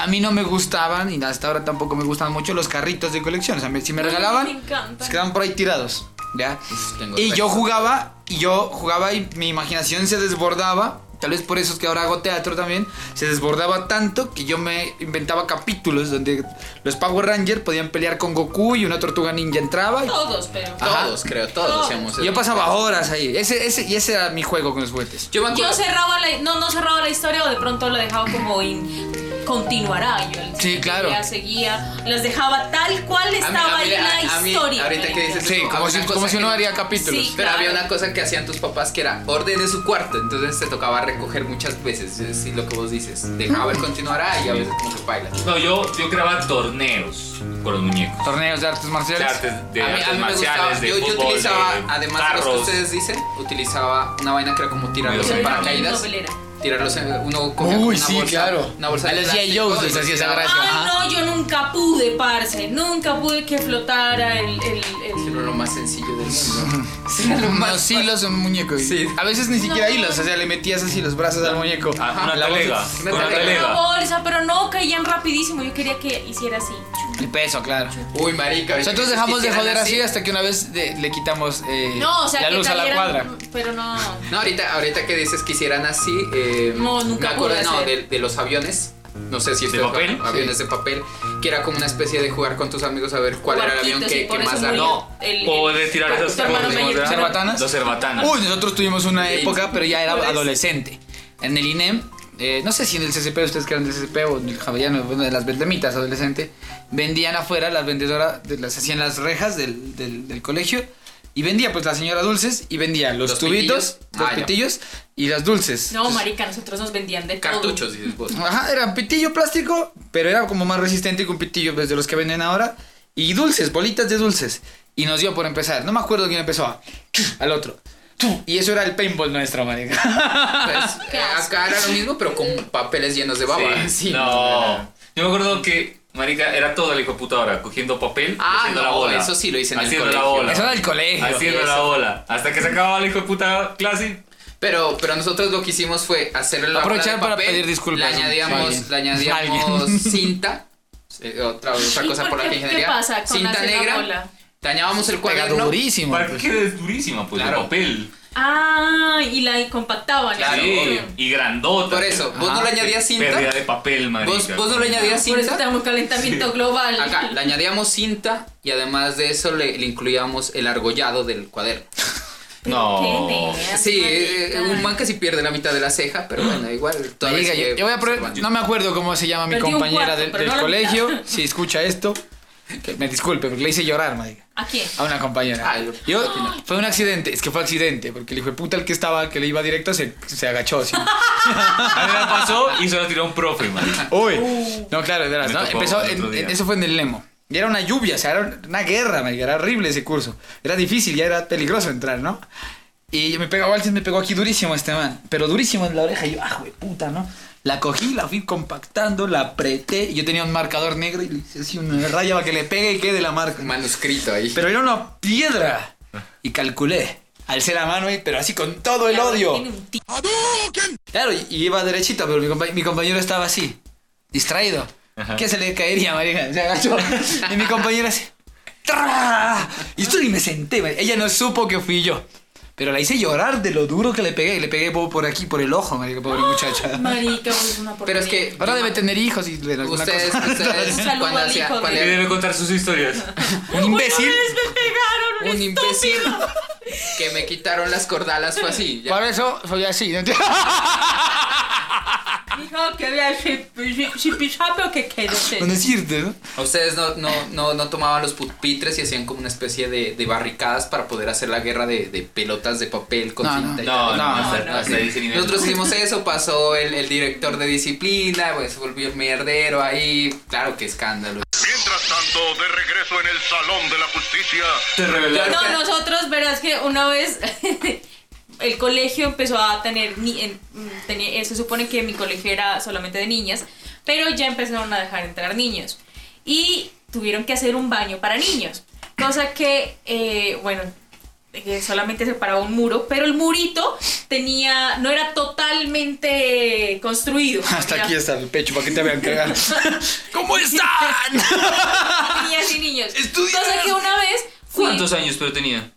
A mí no me gustaban y hasta ahora tampoco me gustan mucho los carritos de colección. O sea, me- si me regalaban,
Me encanta.
se quedan por ahí tirados. ¿Ya?
tengo
Y
tres.
yo jugaba, y yo jugaba y mi imaginación se desbordaba. Tal vez por eso es que ahora hago teatro también. Se desbordaba tanto que yo me inventaba capítulos donde los Power Rangers podían pelear con Goku y una tortuga ninja entraba. y-
Todos, pero.
Ajá.
Todos, creo, todos hacíamos eso.
Yo pasaba horas ahí. Ese, ese, y ese era mi juego con los juguetes.
Yo me acuerdo-
Yo cerraba la. No, no cerraba la historia o de pronto la dejaba como in- Continuará. Yo la
Sí, claro.
seguía, seguía. Las dejaba tal cual
A mí-
estaba
a
ahí
mí-
la
a- a mí,
historia.
ahorita que dices
Sí,
eso,
como
había
si-
una
como
cosa
si
que
uno
no-
haría capítulos. Sí,
pero
claro.
había una cosa que hacían tus papás que era ordene su cuarto. Entonces te tocaba recoger muchas veces. Es decir, lo que vos dices. Dejaba el continuará y a veces como que baila.
No, yo, yo creaba torneos con los muñecos.
Torneos de artes marciales.
De artes, de
a mí,
artes
a mí me
marciales,
gustaba,
de
yo, yo
fútbol,
utilizaba,
de
además de los
carros.
que ustedes dicen, utilizaba una vaina que era como tirarlos en paracaídas. Tirarlos en, uno cogía como
Uy,
una
sí,
bolsa,
claro.
una bolsa
A
de
los G.I.
plástico
pues,
Joes les
y
hacía esa
tiraba.
gracia.
Ay, no, yo nunca pude, parce. Nunca pude que flotara el. el, el-
Era lo más sencillo del mundo.
Los hilos en un muñeco. A veces ni siquiera hilos, o sea, le metías así los brazos al muñeco.
una
La voz-
talega,
Una
una
talega.
Una bolsa, pero no, caían rapidísimo. Yo quería que hiciera así.
El peso, claro.
Uy, marica.
Nosotros
que
dejamos de
quisieran
joder así
así.
hasta que una vez de- le quitamos eh,
No, o sea,
la
que
luz a la
cayeran-
cuadra.
Pero no.
No, ahorita, ahorita que dices que hicieran así, eh,
No, nunca
me acuerdo
pude
no,
hacer.
de, de los aviones. No sé si
¿De
ustedes
papel?
jugaban aviones de papel, que era como una especie de jugar con tus amigos a ver cuál era el avión
Barquitos, y
que,
por
que
eso
más
murió
ganó.
el-
O de tirar
Tu
esas
hermano
cosas, ¿cómo
mayor.
se llama?
¿Cerbatanas?
Los cerbatanas.
Uy, nosotros tuvimos una época, pero ya era adolescente. En el INEM, eh, no sé si en el CCP, ustedes que eran del CCP o en el Javeriano, bueno, de las vendemitas adolescente, vendían afuera, las vendedoras de- las hacían las rejas del, del- del colegio. Y vendía, pues la señora dulces y vendía los,
Los
tubitos,
pitillos.
los
Ah, ya.
pitillos y las dulces.
No, marica, nosotros nos vendían de todo.
Cartuchos, dices vos.
Ajá, era pitillo plástico, pero era como más resistente que un pitillo pues, de los que venden ahora. Y dulces, bolitas de dulces. Y nos dio por empezar. No me acuerdo quién empezó. a- Al otro. Y eso era el paintball nuestro, marica.
Pues, eh, acá era lo mismo, pero con papeles llenos de baba.
Sí, no. Yo me acuerdo que, marica, era todo el hijo de puta ahora, cogiendo papel,
Ah,
haciendo
no,
la bola.
eso sí lo hice en el
haciendo
colegio.
la bola.
Eso era el colegio.
Haciendo
Eso.
la bola. Hasta que se acababa el hijo de puta clase.
Pero, pero nosotros lo que hicimos fue hacer la
Aprovechar
bola de
para
papel,
pedir disculpas.
Le añadíamos,
Alguien.
le añadíamos
Alguien.
cinta. eh, Otra, otra
¿Y
cosa por
por
la
qué-
que ingeniería.
qué pasa con
cinta
hacer la
negra.
bola?
Dañábamos el
Pega
cuaderno.
durísimo. pues.
¿Para qué es durísima? Pues de papel.
Ah, y la compactaban.
Claro.
¿no?
y grandota.
Por eso, ¿vos no le añadías cinta?
Pérdida de papel, marica.
¿Vos, vos no le añadías
Por eso
cinta?
tenemos calentamiento global.
Acá, le añadíamos cinta y además de eso le, le incluíamos el argollado del cuaderno.
No.
Sí, eh, un man que sí pierde la mitad de la ceja, pero bueno, igual. todavía
Marica,
sigue
yo, yo voy a probar- no me acuerdo cómo se llama mi
Perdí un
compañera
cuarto,
del,
pero
del
no la
colegio.
mitad.
Si escucha esto, que me disculpe, porque le hice llorar, marica.
¿A quién?
A una compañera. yo, fue un accidente, es que fue accidente, porque el hijo de puta el que estaba, que le iba directo, se, se agachó. así.
A mí me pasó y se lo tiró un profe, marica.
Uy.
uh.
No, claro, de veras,
Me
¿no?
tocó
Empezó,
el otro
en-
día.
en- eso fue en el Lemo. Y era una lluvia, o sea, era una guerra, marica, era horrible ese curso. Era difícil, ya era peligroso entrar, ¿no? Y me pegó, alguien me pegó aquí durísimo este man, pero durísimo en la oreja. Y yo, ah, güey, puta, ¿no? La cogí, la fui compactando, la apreté. y Yo tenía un marcador negro y le hice así una raya para que le pegue y quede la marca.
Manuscrito ahí.
Pero era una piedra. Y calculé. Alcé la mano, y- pero así con todo el odio. Claro, y- y iba derechita, pero mi, compa- mi compañero estaba así, distraído. ¿Qué se le caería, María? Se agachó. Y mi compañera así. ¡tra! Y esto ni me senté. marica. Ella no supo que fui yo. Pero la hice llorar de lo duro que le pegué. Y le pegué por por aquí, por el ojo, marica, pobre muchacha.
Marica,
pues,
es una
Pero es que
Ahora debe tener hijos y de alguna
Ustedes-
cosa.
ustedes, Un saludo cuando al hacía- hijo cuando de-
Debe contar sus historias.
Un imbécil.
Un imbécil que me quitaron las cordalas fue así.
Por eso soy así. ¿no?
Dijo que había chipichape o que quédese.
decirte, ¿no?
Ustedes no, no, no, no tomaban los pupitres y hacían como una especie de, de barricadas para poder hacer la guerra de, de pelotas de papel con
No, no.
cinta y
No, no,
tal.
no, hasta- hasta
sí.
ese nivel.
Nosotros hicimos eso, pasó el, el director de disciplina, pues se volvió el mierdero ahí. Claro, qué escándalo.
Mientras tanto, de regreso en el Salón de la Justicia.
Te revelaron.
No, nosotros, verás que una vez el colegio empezó a tener, ni- en- mm, tenía- eh, se supone que mi colegio era solamente de niñas, pero ya empezaron a dejar entrar niños y tuvieron que hacer un baño para niños, cosa que, eh, bueno, eh, solamente separaba un muro, pero el murito tenía, no era totalmente construido.
Hasta
Era-
aquí está el pecho para que te vean cagar. ¿Cómo están?
Niñas y niños. Cosa que una vez fui-
¿Cuántos años pero tenía?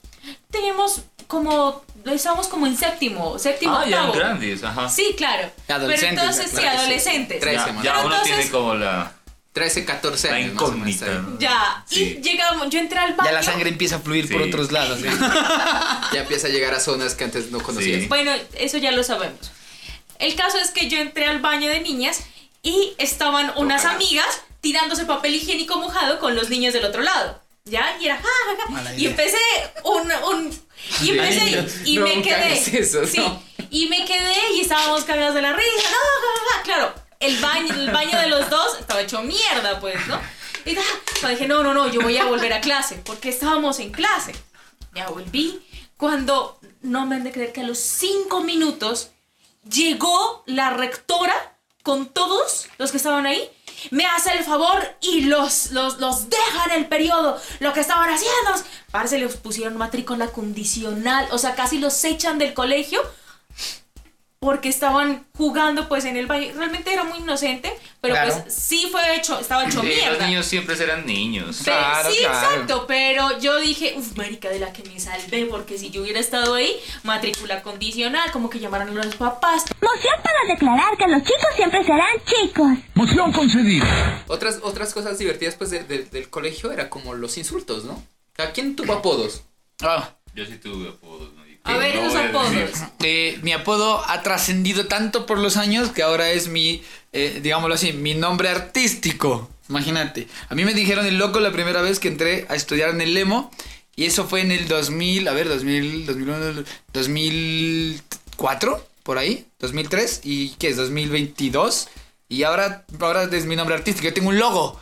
teníamos como estábamos como en séptimo, séptimo
Ah, ya eran
octavo.
grandes, ajá.
Sí, claro. Pero entonces sí, adolescentes.
Ya,
Pero
ya uno
entonces,
tiene como la...
13, 14
años. La incógnita. ¿no?
ya. Y llegamos, yo entré al baño.
Ya la sangre empieza a fluir por otros
lados. ¿eh?
ya empieza a llegar a zonas que antes no conocías.
Bueno, eso ya lo sabemos. El caso es que yo entré al baño de niñas y estaban unas amigas tirándose papel higiénico mojado con los niños del otro lado. ¿Ya? Y era, ja, ja, ja.
Mala
Y
idea.
empecé un... un- y
Sí.
empecé y, y
No,
me
nunca
quedé...
hagas eso,
sí,
no.
y me quedé y estábamos cagados de la risa. No, ja, ja, ja. Claro, el baño, el baño de los dos estaba hecho mierda, pues, ¿no? Y ta, ta, dije, no, no, no, yo voy a volver a clase, porque estábamos en clase. Ya volví. Cuando, no me han de creer que a los cinco minutos llegó la rectora con todos los que estaban ahí, me hace el favor y los, los, los deja en el periodo, lo que estaban haciendo. Parece les pusieron matrícula condicional, o sea, casi los echan del colegio porque estaban jugando pues en el baño. Realmente era muy inocente, pero
Claro.
pues sí fue hecho, estaba hecho
Sí, los
mierda.
niños siempre serán niños.
Pe- sí, exacto, pero yo dije, uff, marica, de la que me salvé, porque si yo hubiera estado ahí, matrícula condicional, como que llamaron a los papás.
Moción para declarar que los chicos siempre serán chicos.
Moción concedida. Otras, otras cosas divertidas pues de- de- del colegio era como los insultos, ¿no? ¿A quién tuvo apodos?
Ah.
Yo sí tuve apodos. ¿no? Y
A ver,
no
esos
voy a decir.
apodos.
Eh, mi apodo ha trascendido tanto por los años que ahora es mi, eh, digámoslo así, mi nombre artístico. Imagínate. A mí me dijeron el loco la primera vez que entré a estudiar en el Lemo. Y eso fue en el 2000, a ver, 2000, 2001, 2004, por ahí, 2003. ¿Y qué es? 2022. Y ahora, ahora es mi nombre artístico. Yo tengo un logo.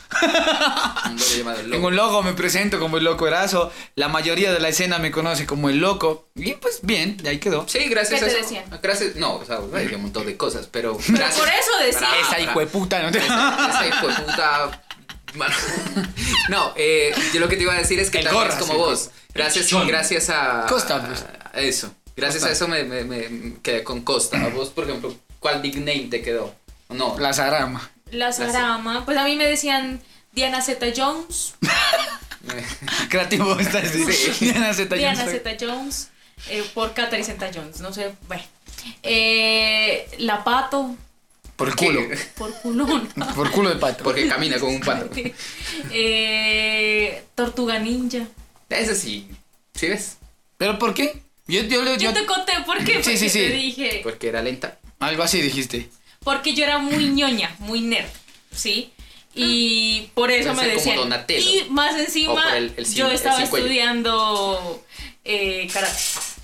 Tengo un logo, me presento como el loco Erazo. La mayoría de la escena me conoce como el loco. Y pues bien, ahí quedó.
Sí, gracias
¿Qué
a
te
eso. Ah,
decían?
Gracias. No, o sea, hay un montón de cosas, pero. gracias.
por eso decía.
Para-
Esa
para-
hijueputa, ¿no?
Esa, Ah, esa hijueputa. mal- No, eh, yo lo que te iba a decir es que
El
tal vez
gorra,
como
sí.
vos. Gracias,
chichón.
gracias a.
Costa, pues.
a eso. Gracias
Costa.
a eso me, me- me quedé con Costa. A vos, por ejemplo, ¿cuál nickname te quedó? ¿O No.
La Zarama.
La Sarama, pues a mí me decían Diana Zeta Jones,
Creativo estás. Diana Zeta
Diana
Jones.
Zeta Jones, eh, por Catherine Zeta Jones, no sé, bueno. Eh, la Pato,
Por culo.
por culona.
Por culo de pato.
Porque camina como un pato.
Eh, Tortuga Ninja.
Ese sí. ¿Sí ves?
¿Pero por qué? Yo, yo, yo,
Yo te conté por qué,
Sí,
porque
sí, sí.
te dije.
Porque era lenta.
Algo así dijiste.
Porque yo era muy ñoña, muy nerd, ¿sí? Y por eso
Puede
me
ser
decían.
como Donatello.
Y más
O por
encima,
el- el sin-
yo
el
estaba
sin cuello.
estudiando eh, karate.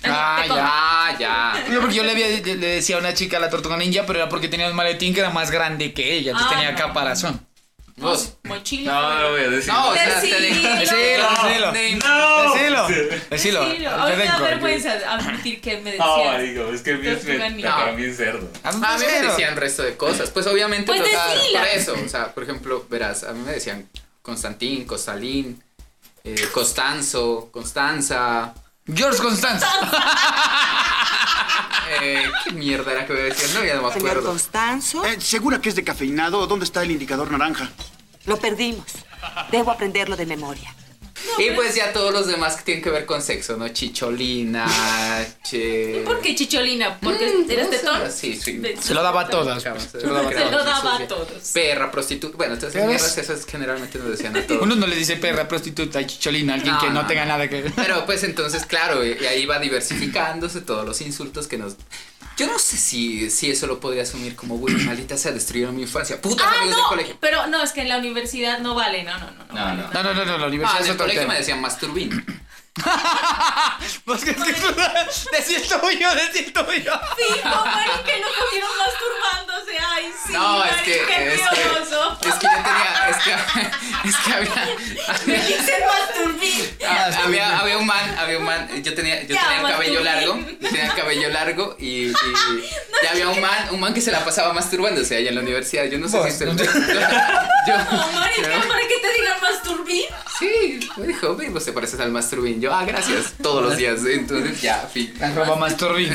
Te conté.
Ah,
ya,
ya. Yo, porque yo le, había, le le decía a una chica la tortuga ninja, pero era porque tenía un maletín que era más grande que ella. Entonces
Ah,
tenía
no.
caparazón.
Mochila.
No, no lo voy a decir.
No, o sea, te-
Decilo.
Decilo, decilo.
No.
Decilo. Decilo, decilo.
Decilo. Ahorita pues. da
Pedenco.
vergüenza admitir que me decías.
Ah, marico, es que el mío es
Tortuga
me-
ninja.
para mí es cerdo.
A
mí me decían resto de cosas. Pues obviamente
Pues
toca-
decila.
por eso. O sea, por ejemplo, verás, a mí me decían Constantín, Costalín, eh, Costanzo, Constanza.
George Constanza.
Eh, ¿Qué mierda era que me decían? No, ya no me
Señor
acuerdo.
Constanzo,
Eh, ¿Segura que es de cafeinado? ¿Dónde está el indicador naranja?
lo perdimos. Debo aprenderlo de memoria.
Y pues ya todos los demás que tienen que ver con sexo, ¿no? Chicholina, che.
¿Por qué chicholina? Porque eres tetón.
Sí, sí.
De-
Se lo daba a todas.
Se
lo daba a Se lo todas. daba a todos.
Perra, prostituta. Bueno, entonces esas
Pero es-
mierdas, esas generalmente nos decían a todos.
Uno no le dice perra, prostituta, chicholina, alguien que no tenga nada que ver.
Pero pues entonces, claro, y y ahí va diversificándose todos los insultos que nos... Yo no sé si, si eso lo podría asumir como, güey, maldita sea, destruyeron mi infancia. Puta,
Ah,
amigos del colegio.
no, pero no, es que en la universidad no vale, no, no, no. no.
No, no,
No, no, no, no, la
Ah,
universidad
en
es
el
otro
colegio
tema.
me decían masturbín.
Pues que es que tú- decía el tuyo, decía el tuyo.
Sí, no, que no cogieron masturbándose, ay, sí.
No, es
marico,
que,
qué
es que,
miedoso.
es que yo tenía, es que, es que había,
Me dicen masturbín.
Ah, había, había un man, había un man, yo tenía, yo
Ya,
tenía el cabello
masturbé.
largo, yo tenía el cabello largo y, y- y había un man, un man que se la pasaba masturbándose allá en la universidad, yo no sé si usted yo,
No, marica, ¿para qué te digan masturbín?
Sí. me dijo, "Ve, vos te pareces al masturbín, yo, ah, gracias, todos los días, entonces ya, fin.
Arroba masturbín.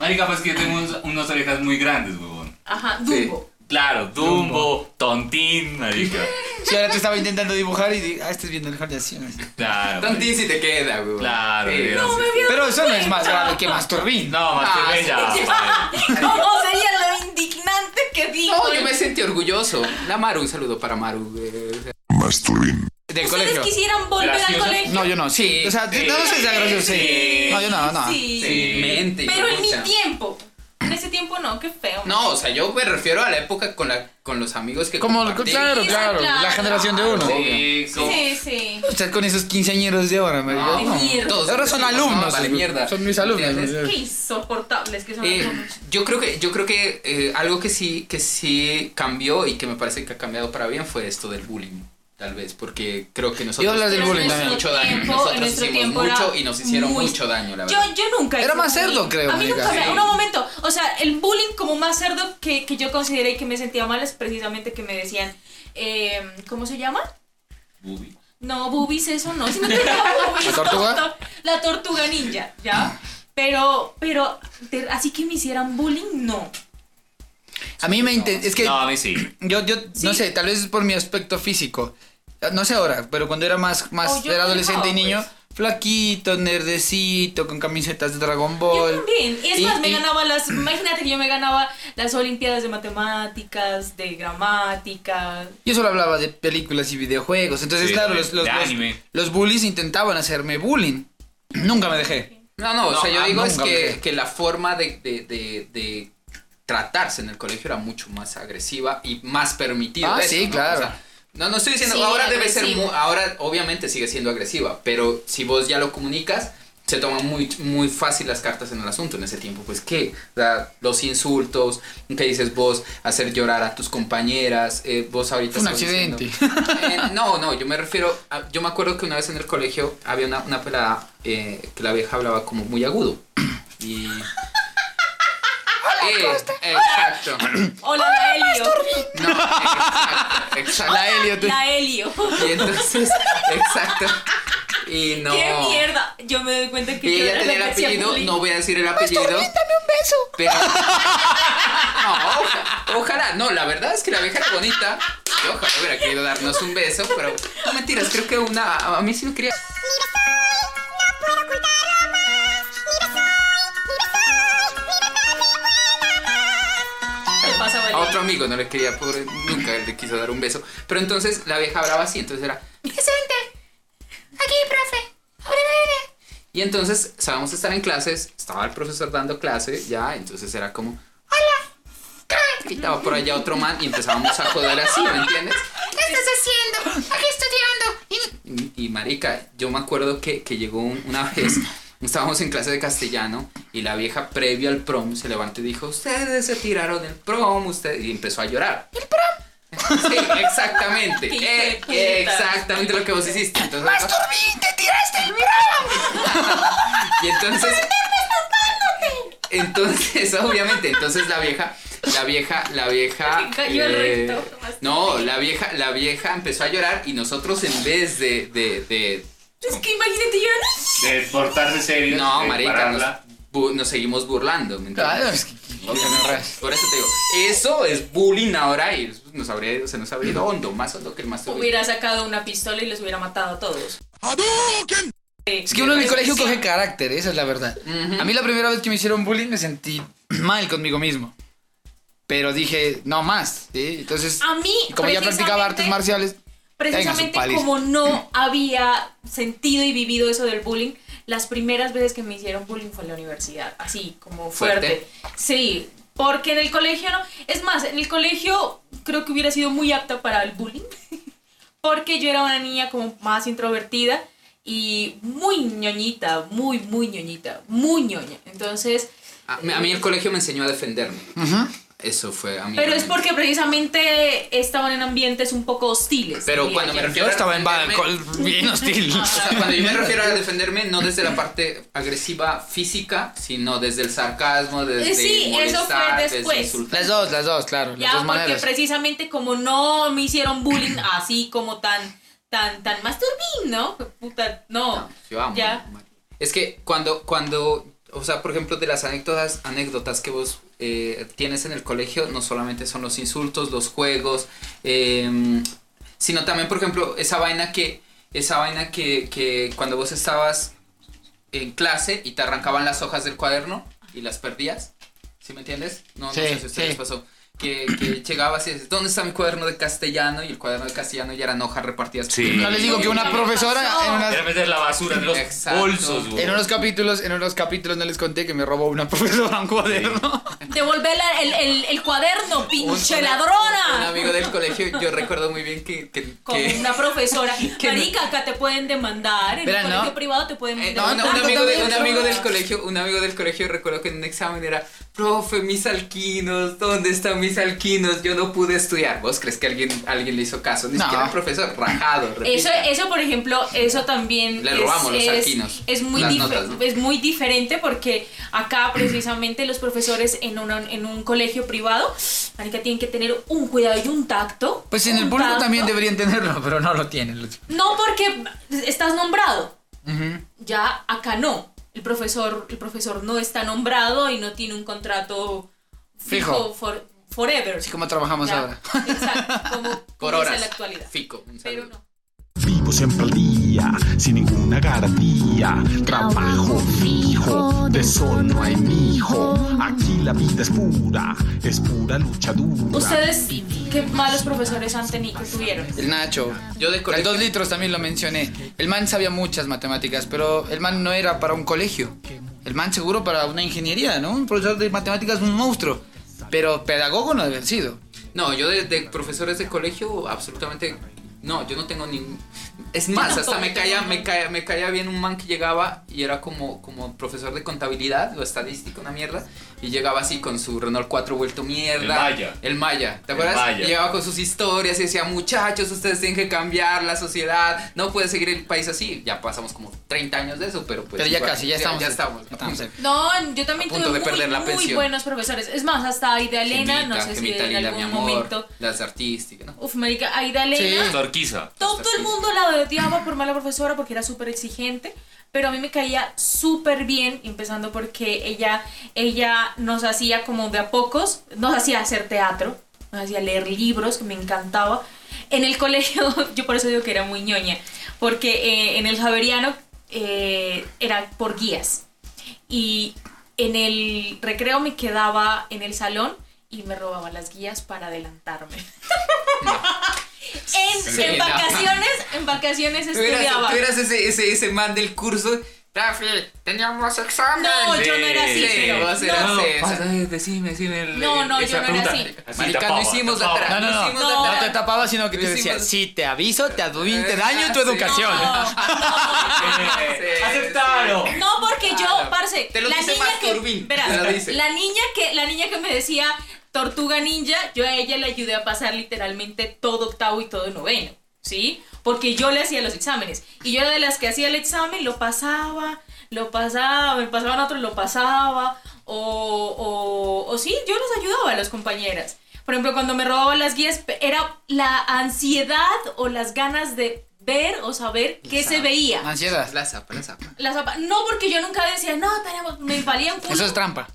Marica, pues que yo tengo unos- unas orejas muy grandes, huevón.
Ajá, Dumbo.
Claro, Dumbo, Tontín, marica.
Sí, ahora te estaba intentando dibujar y di- ah, estás viendo el jardín así. ¿no?
Claro. pues,
Tontín si te queda, güey.
Claro,
Sí.
huevón, sí.
Pero eso no es más grave que masturbín.
No,
Ah,
masturbé ya.
¿Cómo sería lo indignante que dijo?
No, yo me sentí orgulloso. La Maru, un saludo para Maru. eh,
Masturbín. Del
¿Ustedes
colegio.
quisieran volver
Gracioso.
al colegio?
No, yo no, sí. O sea, no, no sé si sea gracioso, sí.
Sí.
No, yo no, no.
Sí.
Sí, mente.
Pero en mi
mucha.
tiempo. En ese tiempo no, qué feo.
No, o sea, yo me refiero a la época con, la, con los amigos que
Como,
compartí.
claro, claro, la generación de uno.
Sí, sí.
Sí, sí.
Usted con esos quinceañeros de ahora, me
No,
digo, no.
mierda. Todos
Ahora son
no,
alumnos.
vale, mierda.
Son mis alumnos.
Qué insoportables que son
Eh,
algunos.
yo creo que, yo creo que eh, algo que sí, que sí cambió y que me parece que ha cambiado para bien fue esto del bullying. Tal vez, porque creo que nosotros
Yo hablas del
hicimos
bullying también.
mucho
En
daño.
nuestro tiempo, en
Nosotros
nuestro
hicimos
tiempo era
mucho y nos hicieron
muy-
mucho daño, la
Yo,
verdad.
yo nunca
Era
hice
más cerdo,
bullying.
creo,
A mí nunca
marica.
me-
Sí.
Un momento. O sea, el bullying como más cerdo que, que yo consideré que me sentía mal es precisamente que me decían. eh, ¿Cómo se llama?
Bubi.
No, boobies, eso no. Si no te llamas boobies,
¿La tortuga?
no, no. La tortuga ninja, ¿ya? Pero, pero, te- así que me hicieran bullying, no.
A mí me inten- es que
No, a mí sí.
yo, yo no sé, tal vez es por mi aspecto físico. No sé ahora, pero cuando era más, más
Oh, yo
era adolescente y
no, pues.
niño, flaquito, nerdecito, con camisetas de Dragon
Yo
Ball.
también. Y es
Y-
más, me
y-
ganaba las. Imagínate que yo me ganaba las Olimpiadas de Matemáticas, de Gramática.
Yo solo hablaba de películas y videojuegos. Entonces,
Sí,
claro,
de-
los, los,
de
los-
anime.
los bullies intentaban hacerme bullying. Nunca me dejé.
No, no, o
No,
sea, yo
ah,
digo es
nunca
que,
hablé.
que la forma de, de, de- de tratarse en el colegio era mucho más agresiva y más permitida.
Ah, sí, claro.
no, no estoy diciendo,
Sí,
ahora
era
debe ser,
agresivo.
mu- ahora obviamente sigue siendo agresiva, pero si vos ya lo comunicas, se toman muy, muy fácil las cartas en el asunto en ese tiempo. Pues qué, O sea, los insultos, que dices vos, hacer llorar a tus compañeras, eh, vos ahorita...
Fue un
estás diciendo-
accidente.
eh, no, no, yo me refiero. a- yo me acuerdo que una vez en el colegio había una, una pelada eh, que la vieja hablaba como muy agudo. Y. Eh, exacto.
Hola, la Helio.
No, exacto, exacto.
La Helio, tú-
La Helio.
Y entonces, exacto. Y no.
¡Qué mierda! Yo me doy cuenta que
Y
yo
ella
era
tenía el
la que hacía
apellido,
bullying. Pues,
no voy a decir el apellido.
un beso!
Pero. No, oja- ojalá. No, la verdad es que la vieja era bonita. Y ojalá hubiera querido darnos un beso, pero. No mentiras, creo que una. A mí sí me quería.
¿Qué pasa,
A
Valeria?
otro amigo no le quería, pobre, nunca le quiso dar un beso. Pero entonces la vieja hablaba así, entonces era.
Presente. Aquí, profe.
Y entonces, sabemos estar en clases, estaba el profesor dando clase, ya, entonces era como. ¡Hola! Gritaba por allá otro man y empezábamos a joder así, ¿me entiendes?
¿Qué estás haciendo? Aquí estudiando. Y
Y, y, marica, yo me acuerdo que, que llegó un- una vez, estábamos en clase de castellano y la vieja previo al prom se levantó y dijo, ustedes se tiraron del prom, usted y empezó a llorar. ¿El prom? Sí, exactamente.
Hijo de
Eh,
puta.
exactamente lo que vos hiciste. Entonces,
¡Masturbín, te tiraste
Y entonces. Entonces, obviamente, entonces la vieja, la vieja, la vieja.
Cayó el
eh,
recto.
no, la vieja, la vieja empezó a llorar y nosotros en vez de, de, de
Es que imagínate, yo
De portarse serio.
no,
de
marica, nos,
pararla.
bu- nos seguimos burlando, ¿me entiendes?
Claro, es
O sea, no, Por eso te digo, eso es bullying ahora y nos habría, se nos habría ido hondo, más hondo que el más
hubiera sacado una pistola y los hubiera matado a todos.
Es que uno en el colegio coge carácter, esa es la verdad. A mí la primera vez que me hicieron bullying me sentí mal conmigo mismo. Pero dije, no más. ¿sí? Entonces,
A mí,
y como ya practicaba artes
precisamente-
marciales,
Precisamente
tenga su
como no había sentido y vivido eso del bullying, las primeras veces que me hicieron bullying fue en la universidad, así como fuerte. Sí, porque en el colegio no. Es más, en el colegio creo que hubiera sido muy apta para el bullying, porque yo era una niña como más introvertida y muy ñoñita, muy, muy ñoñita, muy ñoña. Entonces,
A, a mí el colegio Ah, me enseñó a defenderme. Eso fue a mí.
pero es porque precisamente estaban en ambientes un poco hostiles.
Pero
diría
cuando me
yo.
refiero estaba en
bien hostil.
Cuando yo me refiero a defenderme, no desde la parte agresiva física, sino desde el sarcasmo, desde
Eh, Sí, eso fue
molestar, desde
después.
insultar.
Las dos, las dos, claro.
Ya,
las dos
porque
maneras.
precisamente como no me hicieron bullying así como tan, tan, tan masturbín, ¿no? Puta, no.
Yo amo.
ya.
Es que cuando, cuando, o sea, por ejemplo, de las anécdotas, anécdotas que vos eh, tienes en el colegio, no solamente son los insultos, los juegos, eh, sino también, por ejemplo, esa vaina que, esa vaina que, que cuando vos estabas en clase y te arrancaban las hojas del cuaderno y las perdías, ¿sí me entiendes? No,
Sí,
no sé si a ustedes
sí.
les pasó. Que, que llegabas y dices, ¿dónde está mi cuaderno de castellano? Y el cuaderno de castellano ya eran hojas repartidas. por el
No les digo que una profesora en unas-
Era meter la basura en los
Exacto.
bolsos, güey.
En unos capítulos, en unos capítulos no les conté que me robó una profesora un cuaderno.
Devolver la- el, el, el cuaderno, pinche ladrona.
Un amigo del colegio, yo recuerdo muy bien que. que,
Como
que-
una profesora. Marica, acá te pueden demandar. En
Verán,
un colegio
¿no?
privado te pueden
eh, No,
demandar.
no, un amigo, de- un amigo del colegio, un amigo del colegio recuerdo que en un examen era, profe, mis alquinos, ¿dónde están mis alquinos? Yo no pude estudiar. ¿Vos crees que alguien, alguien le hizo caso? Ni
No.
siquiera el profesor, rajado.
Eso,
repito.
eso, por ejemplo, eso también
Le
es,
robamos los
es-
arquinos,
es muy
las
dife-
notas, ¿no?
es muy diferente porque acá precisamente los profesores en, una- en un colegio privado, marica, tienen que tener un cuidado y un tacto.
Pues en el
un
público
tacto.
también deberían tenerlo, pero no lo tienen. los-
No porque estás nombrado,
Ujú.
ya acá no. El profesor, el profesor no está nombrado y no tiene un contrato fijo,
Fijo.
for- forever.
Así como trabajamos
Ya.
ahora.
Exacto, como, como es en
horas.
la actualidad.
Fico,
Pero no.
Vivo Pues siempre al día, sin ninguna garantía. Trabajo fijo, de sol no hay mijo. Aquí la vida es pura, es pura lucha dura.
¿Ustedes qué malos profesores han tenido que tuvieron?
El Nacho.
Yo de
El dos litros también lo mencioné. El man sabía muchas matemáticas, pero el man no era para un colegio. El man seguro para una ingeniería, ¿no? Un profesor de matemáticas es un monstruo. Pero pedagogo no debe haber sido.
No, yo de, de profesores de colegio, absolutamente. No, yo no tengo ningún. Es más, hasta me caía, me caía, me caía bien un man que llegaba y era como, como profesor de contabilidad o estadística, una mierda. Y llegaba así con su Renault 4 vuelto mierda.
El Maya.
El Maya, ¿te
El
acuerdas?
Maya.
Y llegaba con sus historias y decía, muchachos, ustedes tienen que cambiar la sociedad. No puede seguir el país así. Ya pasamos como 30 años de eso, pero pues.
Pero ya
igual,
casi, ya estamos.
Ya estamos.
No, yo también
A punto
tuve
de
muy,
perder la
muy
pensión.
buenos profesores. Es más, hasta Aida Elena, no sé si
Gemita
en
linda,
algún
mi amor.
momento.
Las artísticas, ¿no?
Uf, marica, Aida Elena.
Torquiza.
Todo, todo el mundo la odiaba por mala profesora porque era súper exigente, pero a mí me caía súper bien, empezando porque ella, ella nos hacía como de a pocos, nos hacía hacer teatro, nos hacía leer libros, que me encantaba. En el colegio, yo por eso digo que era muy ñoña, porque eh, en el Javeriano eh, era por guías y en el recreo me quedaba en el salón y me robaba las guías para adelantarme. en, en
Mira.
vacaciones, en vacaciones
Tú eras-
estudiaba.
Tú eras ese, ese, ese man del curso. Rafi, teníamos examen.
No, yo no era así, pero-
vos eras
no.
esa.
Pasa, eh, decime, decime el-
No, no,
esa
yo no era
pregunta.
así.
Así,
Marica,
tapaba,
no hicimos
tapaba.
atrás, no hicimos No, atrás. no te tapaba, sino que te decía, si te aviso, te, adu- te daño tu educación.
¡Aceptalo!
No, porque yo, parce,
Ah, lo
la
dice
niña
Max
que
Turbin,
verás,
te lo dice.
la niña que la niña que me decía Tortuga Ninja, yo a ella le ayudé a pasar literalmente todo octavo y todo noveno. ¿sí? Porque yo le hacía los exámenes. Y yo era de las que hacía el examen, lo pasaba, lo pasaba, me pasaban otros, lo pasaba. O, o, o sí, yo les ayudaba a las compañeras. Por ejemplo, cuando me robaban las guías, era la ansiedad o las ganas de ver o saber qué se veía.
Ansiedad. Plaza, plaza.
La zapa- no, porque yo nunca decía, no, tenemos, me valía un culo.
Eso es trampa.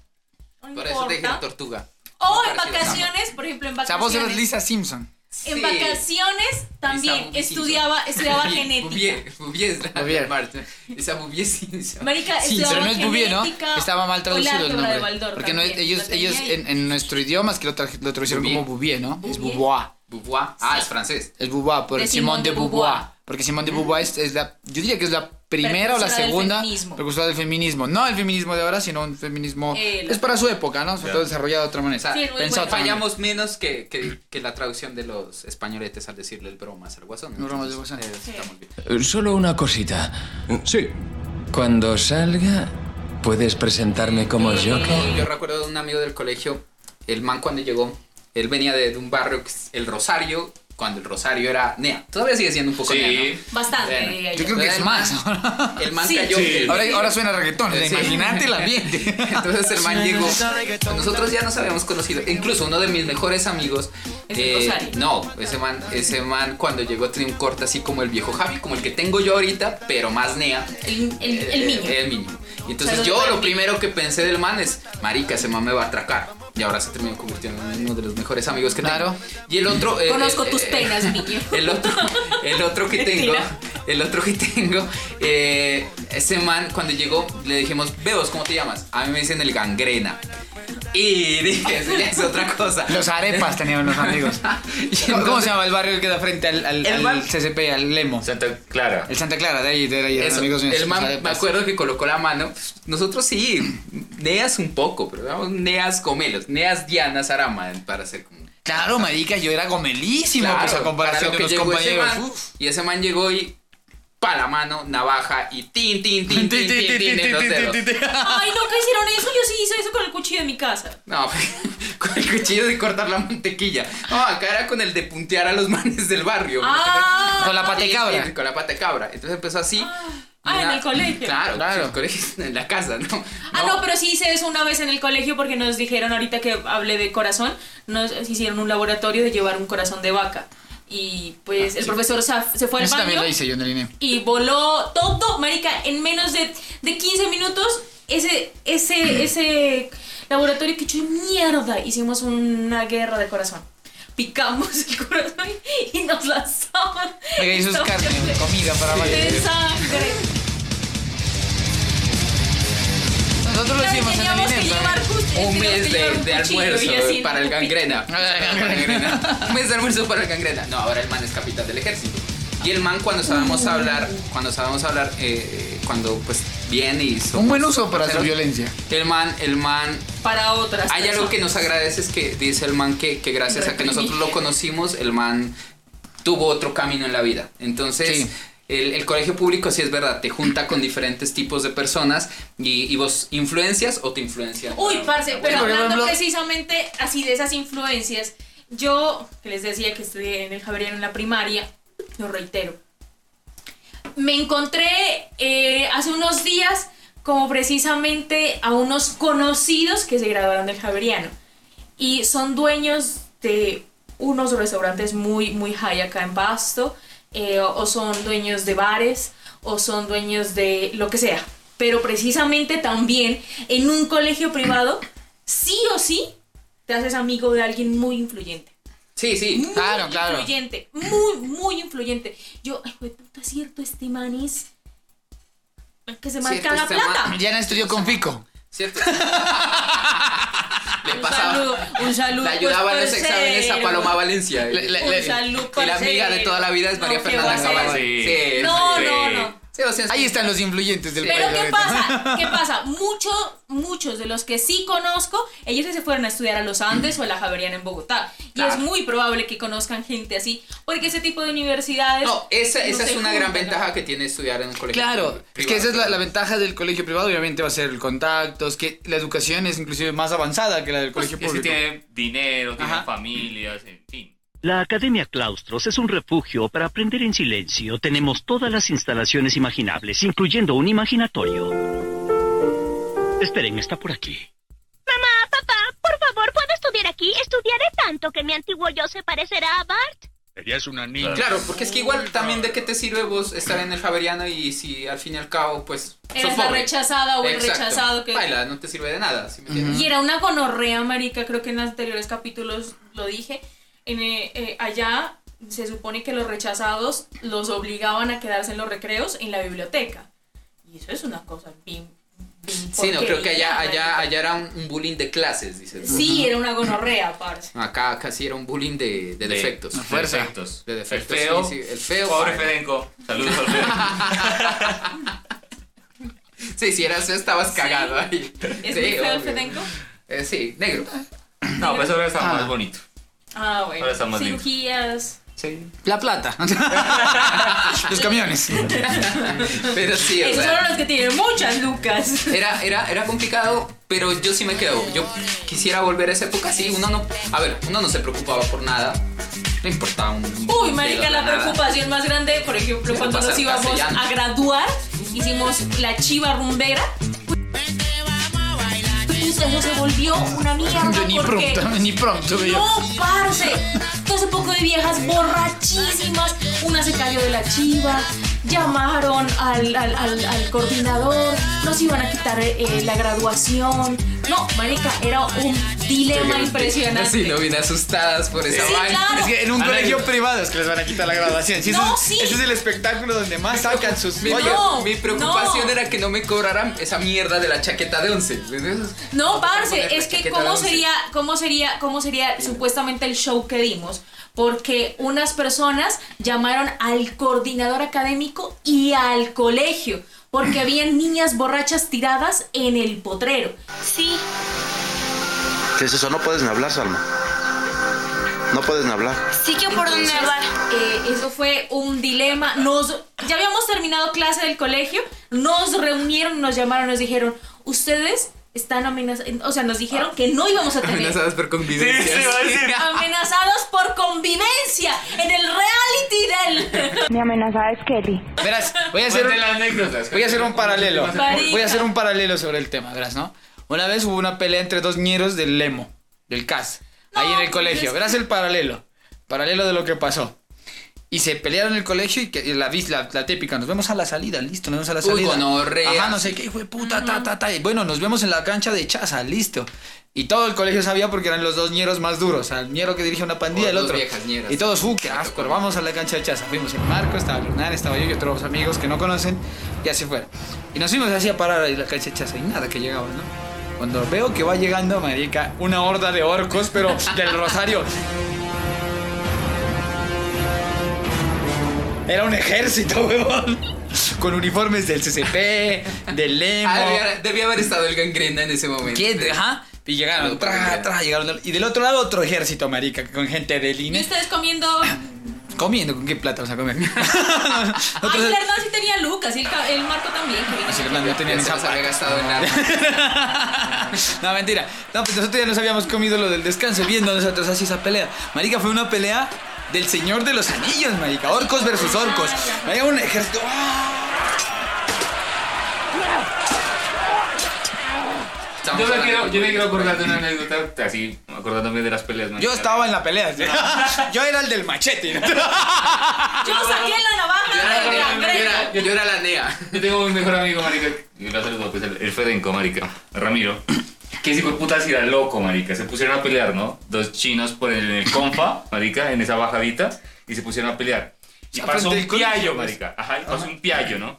no
Por eso te dije
importa".
tortuga.
O en
pareció
vacaciones, por ejemplo, en
O sea, vos eres
vacaciones.
Lisa Simpson.
En vacaciones también estudiaba, estudiaba genética.
Bouvier, Marta. Esa Bouvier Simpson.
Marica,
Sí,
estudiaba
pero no es Bouvier, ¿no?
genética
Estaba mal
o
traducido el
álgebra de
nombre.
Baldor
Porque no es-
también,
ellos,
lo tenía
ellos
ahí.
en, en nuestro idioma es que lo, tra- lo traducieron como Bouvier, ¿no? Es Beauvoir.
Beauvoir. Ah, es francés.
Es Beauvoir, por
De
Simone de
Simone de
Beauvoir.
Beauvoir.
Porque Simone de Beauvoir es, es la, yo diría que es la primera o la
Precursora del
segunda
feminismo.
precursora del feminismo. No el feminismo de ahora, sino un feminismo...
El-
es para su época, ¿no? Sobre todo desarrollado de otra manera.
O sea,
Pensado de otra manera.
fallamos menos que, que, que la traducción de los españoletes al decirle el bromas al guasón.
El bromas
del
guasón.
Solo una cosita. Sí. Cuando salga, ¿puedes presentarme como Joker?
Yo recuerdo de un amigo del colegio, el man cuando llegó, él venía de, de un barrio, que es el Rosario, cuando el Rosario era NEA. Todavía sigue siendo un poco NEA, ¿no?
Bastante.
Bueno,
diría
Yo creo que es
El
más.
man- El man
Sí.
cayó.
Sí.
el-
Ahora- ahora suena reggaetón, o sea,
Sí.
imagínate el ambiente.
Entonces el man llegó. Nosotros ya nos habíamos conocido. Incluso uno de mis mejores amigos. eh,
Es de Rosario.
no, ese man, ese man cuando llegó tenía un corte así como el viejo Javi, como el que tengo yo ahorita, pero más NEA.
El, el,
Eh,
el niño.
Eh, El niño. Y entonces
Saludos
yo
para
lo
el
primero que pensé del man es, marica, ese man me va a atracar. Y ahora se terminó convirtiendo en uno de los mejores amigos que claro. Y el otro... eh,
Conozco
eh,
tus
eh,
penas, niño.
El otro, el otro que tengo,
Mentira.
el otro que tengo, eh, ese man cuando llegó le dijimos, Bebos, ¿cómo te llamas? A mí me dicen el gangrena. Y dije, eso ya es otra cosa.
Los arepas tenían los amigos. ¿Cómo- ¿Cómo se llama el barrio que queda frente al, al,
El
al
bar-
CCP, al Lemo?
Santa Clara.
El Santa Clara, de ahí, de ahí, eran
Eso,
amigos míos. pues,
el man,
Los
me
arepas.
acuerdo que colocó la mano. pues, Nosotros sí, neas un poco, pero éramos neas comelos, neas Diana Sarama, para ser como.
Claro, marica, yo era gomelísimo, pues, a comparación de
para lo
unos
que llegó ese
compañeros.
man, y ese man llegó y pa la mano, navaja y tin, tin, tin, tin, tin, tin, en los dedos.
Ay, nunca hicieron eso. Yo sí hice eso con el cuchillo de mi casa.
No, con el cuchillo de cortar la mantequilla. No, acá era con el de puntear a los manes del barrio.
Ah.
Con la pata de cabra.
Sí, sí, Con la pata de cabra. Entonces empezó así.
Ah, en
Una-
el colegio.
Claro, claro. En el colegio, en la casa, ¿no?
Ah, no, pero sí hice eso una vez en el colegio porque nos dijeron, ahorita que hablé de corazón, nos hicieron un laboratorio de llevar un corazón de vaca. Y pues el profesor Saf- se fue al
Ah, Eso también
baño
lo hice yo en el INE.
y voló todo, marica, en menos de, de 15 minutos. Ese, ese, ese laboratorio que echó mierda. Hicimos una guerra de corazón. Picamos el corazón y nos lanzamos.
Oiga, y eso es carne, comida para varios.
De sangre.
Nosotros lo
Claro,
hicimos en el
teníamos
INE.
que llevar justo-
Un
teníamos
mes
que
de,
llevar un
de
cuchillo y
almuerzo
así,
para el gangrena. Un mes de almuerzo para el gangrena. No, ahora el man es capitán del ejército. Y el man cuando sabemos hablar, cuando sabemos hablar, eh, eh, cuando pues bien y
Un buen uso para su
Pero-
violencia.
El man, el man
Para otras.
Hay algo
personas.
que nos agradece es que dice el man que, que gracias a que nosotros lo conocimos, el man tuvo otro camino en la vida. Entonces, el, el colegio público sí es verdad, te junta con diferentes tipos de personas y, y vos influencias o te influencian.
Uy, parce, pero
por
hablando
ejemplo-
precisamente así de esas influencias, yo que les decía que estudié en el Javeriano en la primaria, lo reitero. Me encontré eh, hace unos días como precisamente a unos conocidos que se graduaron del Javeriano y son dueños de unos restaurantes muy, muy high acá en Pasto, eh, o son dueños de bares, o son dueños de lo que sea. Pero precisamente también en un colegio privado, sí o sí, te haces amigo de alguien muy influyente.
Sí, sí,
claro, claro.
Influyente, muy, muy influyente. Yo, ay, güey, puta, cierto, este man es... Que se marca
Cierto,
la
este
plata.
man-
Diana estudió con Fico.
¿Cierto?
Un
pasaba.
saludo, un saludo. pues,
Le ayudaba en los
parcero.
exámenes a Paloma Valencia.
Le- le-
Un
le-
saludo,
y la amiga
parcero.
de toda la vida es
No,
María
¿qué
Fernanda
va a ser?
Cabal.
Sí.
Sí,
No,
sí.
no, no.
Ahí están los influyentes del
Pero
país, la
¿qué
neta.
pasa? ¿Qué pasa? Muchos, muchos de los que sí conozco, ellos se fueron a estudiar a los Andes o a la Javeriana en Bogotá. Y
Claro.
es muy probable que conozcan gente así, porque ese tipo de universidades...
No, esa, esa
se
es una gran
juntan.
ventaja que tiene estudiar en un colegio.
Claro, es que
privado.
esa es la, la ventaja del colegio privado, obviamente va a ser el contacto, es que la
Pues,
educación es inclusive más avanzada que la del colegio
Ese
público.
tiene dinero, tiene familias, en fin.
La Academia Claustros es un refugio para aprender en silencio. Tenemos todas las instalaciones imaginables, incluyendo un imaginatorio. Esperen, está por aquí.
Mamá, Ah, papá, por favor, ¿puedo estudiar aquí? Estudiaré tanto que mi antiguo yo se parecerá a Bart.
Ella es una
niña.
Claro, porque es que igual también de qué te sirve vos estar en el Javeriano y si al fin y al cabo, pues. sos
Eres la
pobre.
rechazada o el
Exacto.
rechazado que-
Baila, no te sirve de nada. ¿sí me entiendes?
Y era una gonorrea, marica, creo que en anteriores capítulos lo dije. En, eh, eh, allá se supone que los rechazados los obligaban a quedarse en los recreos en la biblioteca. Y eso es una cosa bien... bien
Sí, no, creo que
porquería,
allá, allá,
marica.
allá era un, un bullying de clases, dices.
Sí, era una gonorrea, parce.
Acá casi era un bullying de, de defectos.
de
Fuerza.
defectos.
De defectos.
El feo.
sí, sí, el feo.
Pobre
padre.
Fedenco. Saludos al feo.
Sí, si eras feo, estabas cagado ahí.
¿Es
Sí,
muy feo el
obvio.
Fedenco?
Eh, sí, negro.
No, pues ahora está más bonito.
Ah, bueno.
Ahora está más lindo.
Cirugías.
Sí.
La plata. Los camiones.
Pero sí, o
Esos
sea,
son los que tienen muchas lucas.
era, era, era complicado, pero yo sí me quedo. Yo quisiera volver a esa época, sí, uno no. A ver, uno no se preocupaba por nada. No importaba un.
Uy,
dedo
marica,
de
la
nada.
preocupación más grande, por ejemplo,
Sí,
cuando
pasar
nos íbamos
castellano.
a graduar, hicimos la chiva rumbera. Y eso se volvió una mierda
Yo ni
porque...
pronto, ni pronto.
No,
yo.
parce. Todo ese poco de viejas borrachísimas. Una se cayó de la chiva. Llamaron al, al- al- al coordinador. Nos iban a quitar eh, la graduación. No, marica, era un dilema impresionante.
Sí, no bien asustadas por esa
Sí,
vaina.
claro.
Es que en un
Ah,
colegio
no.
privado es que les van a quitar la graduación. Sí,
No,
ese, es,
sí.
ese es el espectáculo donde más sacan sus.
Mi,
Oye,
No,
mi preocupación
no.
era que no me cobraran esa mierda de la chaqueta de once. ¿entiendes?
No,
poner
parce,
la
es que
chaqueta
cómo
de once.
sería, cómo sería, cómo sería supuestamente el show que dimos, porque unas personas llamaron al coordinador académico y al colegio, porque habían niñas borrachas tiradas en el potrero. Sí.
¿Qué es eso? No puedes ni hablar, Salma. No puedes ni hablar.
Sí que por dónde hablar. eh, eso fue un dilema. Nos, ya habíamos terminado clase del colegio, nos reunieron, nos llamaron, nos dijaron, ustedes están amenazados, o sea, nos dijeron que no íbamos a tener
Amenazadas por convivencia.
amenazados por convivencia en el reality del
Mi amenazada es Kelly.
Verás, voy a hacer un, voy a hacer un paralelo. Voy a hacer un paralelo sobre el tema, verás, ¿no? Una vez hubo una pelea entre dos ñeros del Lemo, del CAS, ahí en el colegio. Verás el paralelo. Paralelo de lo que pasó. Y se pelearon en el colegio y, que, y la, vis- la, la típica, nos vemos a la salida, listo, nos vemos a la
Uy,
salida.
gonorrea.
Ajá, no sé qué, hijo de puta, ta, ta, ta. Y bueno, nos vemos en la cancha de Chaza, listo. Y todo el colegio sabía porque eran los dos ñeros más duros. O sea, el ñero que dirige una pandilla y el
Dos
otro.
viejas ñeras.
Y todos, uh, qué asco, vamos a la cancha de Chaza. Fuimos en Marco, estaba Hernán, estaba yo y otros amigos que no conocen, y así fueron. Y nos fuimos así a parar ahí en la cancha de Chaza y nada que llegamos, ¿no? Cuando veo que va llegando, marica, una horda de orcos, pero del Rosario. Era un ejército, weón. Con uniformes del CCP, del Lemo.
Ah, debía, debía haber estado el gangrena en ese momento.
¿Quién? Ajá. Y llegaron, tra, tra, llegaron. del- Y del otro lado otro ejército, marica, con gente del
y
INE.
ustedes comiendo
Comiendo, ¿con qué plata vas a comer?
ay el Hernán sí tenía lucas y el, ca- el Marco también que vino.
Así que Ah, no, no tenía
Ya
ni
se los
zapato.
había gastado en nada.
No, mentira. No, pues nosotros ya nos habíamos comido lo del descanso viendo nosotros así esa pelea. Marica, fue una pelea del señor de los anillos, marica. Orcos versus orcos. Había un ejército.
Yo me, quiero, yo me quiero acordar de una anécdota así, acordándome de las peleas.
Yo estaba en la pelea. ¿sí? Yo era el del machete.
yo saqué la navaja de la greña.
Yo era la NEA.
Yo tengo mi mejor amigo, marica. Y lo saludo, pues, el, el Fedenco, marica. Ramiro. Que ese hijo de puta si era loco, marica. Se pusieron a pelear, ¿no? Dos chinos por el, en el compa, marica, en esa bajadita. Y se pusieron a pelear. Y
sea,
pasó
frente al
un
colegio,
piallo,
pues.
marica. Ajá, y pasó un piallo, ¿no?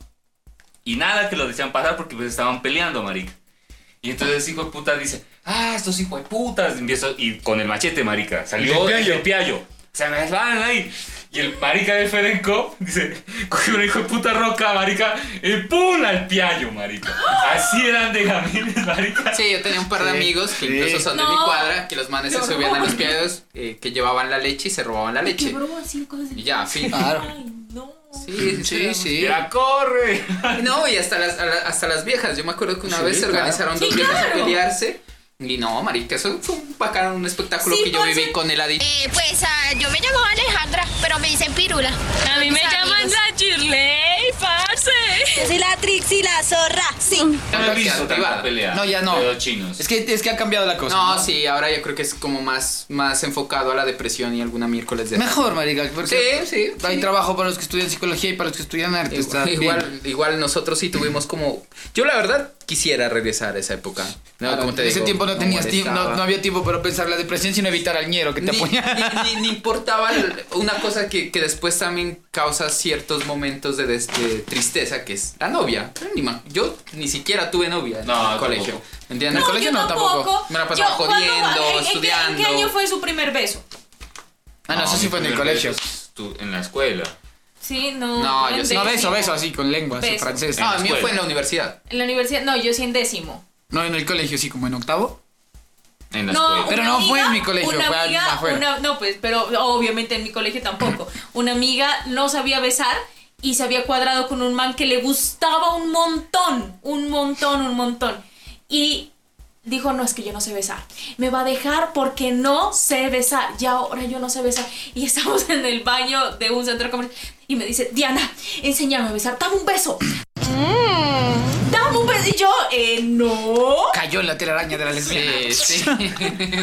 Y nada que lo decían pasar porque pues estaban peleando, marica. Y entonces ese hijo de puta dice, ah, estos hijos de putas. Y, empiezo- y con el machete, marica. Salió
El
el
piallo.
piallo. Se me van ahí. Y el marica de Ferenco dice, coge una hijo de puta roca, marica, y ¡pum! al piallo, marica. Así eran de gamines, marica.
Sí, yo tenía un par de
Sí,
amigos que
sí.
incluso son de mi
No.
cuadra, que los manes se
Qué
subían a
horror.
los piados eh, que llevaban la leche y se robaban la leche. Y ya, fin.
Claro.
Sí, sí, sí.
Ya corre.
No, y hasta las, a la- hasta las viejas. Yo me acuerdo que una
Sí,
vez se
claro.
organizaron
Sí,
dos viejas
claro.
a pelearse Y no, marica, eso fue un bacano, un espectáculo
Sí,
que yo
parce.
viví con el adicto.
Eh, pues ah, yo me llamo Alejandra, pero me dicen pirula.
A mí me llaman la Chirley, parce.
Yo soy la Trixie, la ah, zorra, sí.
No he visto tanta
Activa.
pelea.
No, ya no.
De los chinos.
Es que, es que ha cambiado la cosa. No, sí, ahora yo creo que es como más, más enfocado a la depresión y alguna miércoles de
Mejor, marica, porque
Sí, sí,
hay
sí.
trabajo para los que estudian psicología y para los que estudian arte. está
Igual,
bien.
igual, igual nosotros sí tuvimos como. Yo la verdad quisiera regresar a esa época. No,
Claro,
como te
en ese
digo,
tiempo no
como
tenías tiempo, no,
estaba.
no había tiempo para pensar la depresión, sino evitar al ñero que te apoya.
Ni, ni- ni importaba el- una cosa que, que después también causa ciertos momentos de, des- de tristeza, que es la novia. Ni ma- yo ni siquiera tuve novia en el colegio. ¿Entiendes?
No,
en el colegio
yo tampoco.
Me la pasaba
Yo, ¿cuándo-
jodiendo,
en- en qué- ¿En
estudiando.
qué año fue su primer beso?
Ah, no, eso sí
mi
fue en el
primer
colegio.
beso estu- En la escuela.
Sí, no.
No,
fue
yo
en
sí. No, beso,
décimo.
beso así, con lengua, así,
Beso.
francés.
Ah, el mío fue en la
universidad.
En la universidad, no, yo sí en décimo.
No, en el colegio sí, como en octavo.
En
No, una
Pero no fue en
amiga-
mi colegio,
una
fue
amiga,
afuera.
una- no, pues, pero obviamente en mi colegio tampoco. Una amiga no sabía besar y se había cuadrado con un man que le gustaba un montón, un montón, un montón. Y dijo, no, es que yo no sé besar. Me va a dejar porque no sé besar. Y ahora yo no sé besar. Y estamos en el baño de un centro comercial y me dice, Diana, enséñame a besar, dame un beso. Dame un beso. Y yo, eh, no.
Cayó en la telaraña de la lesbiana.
Sí,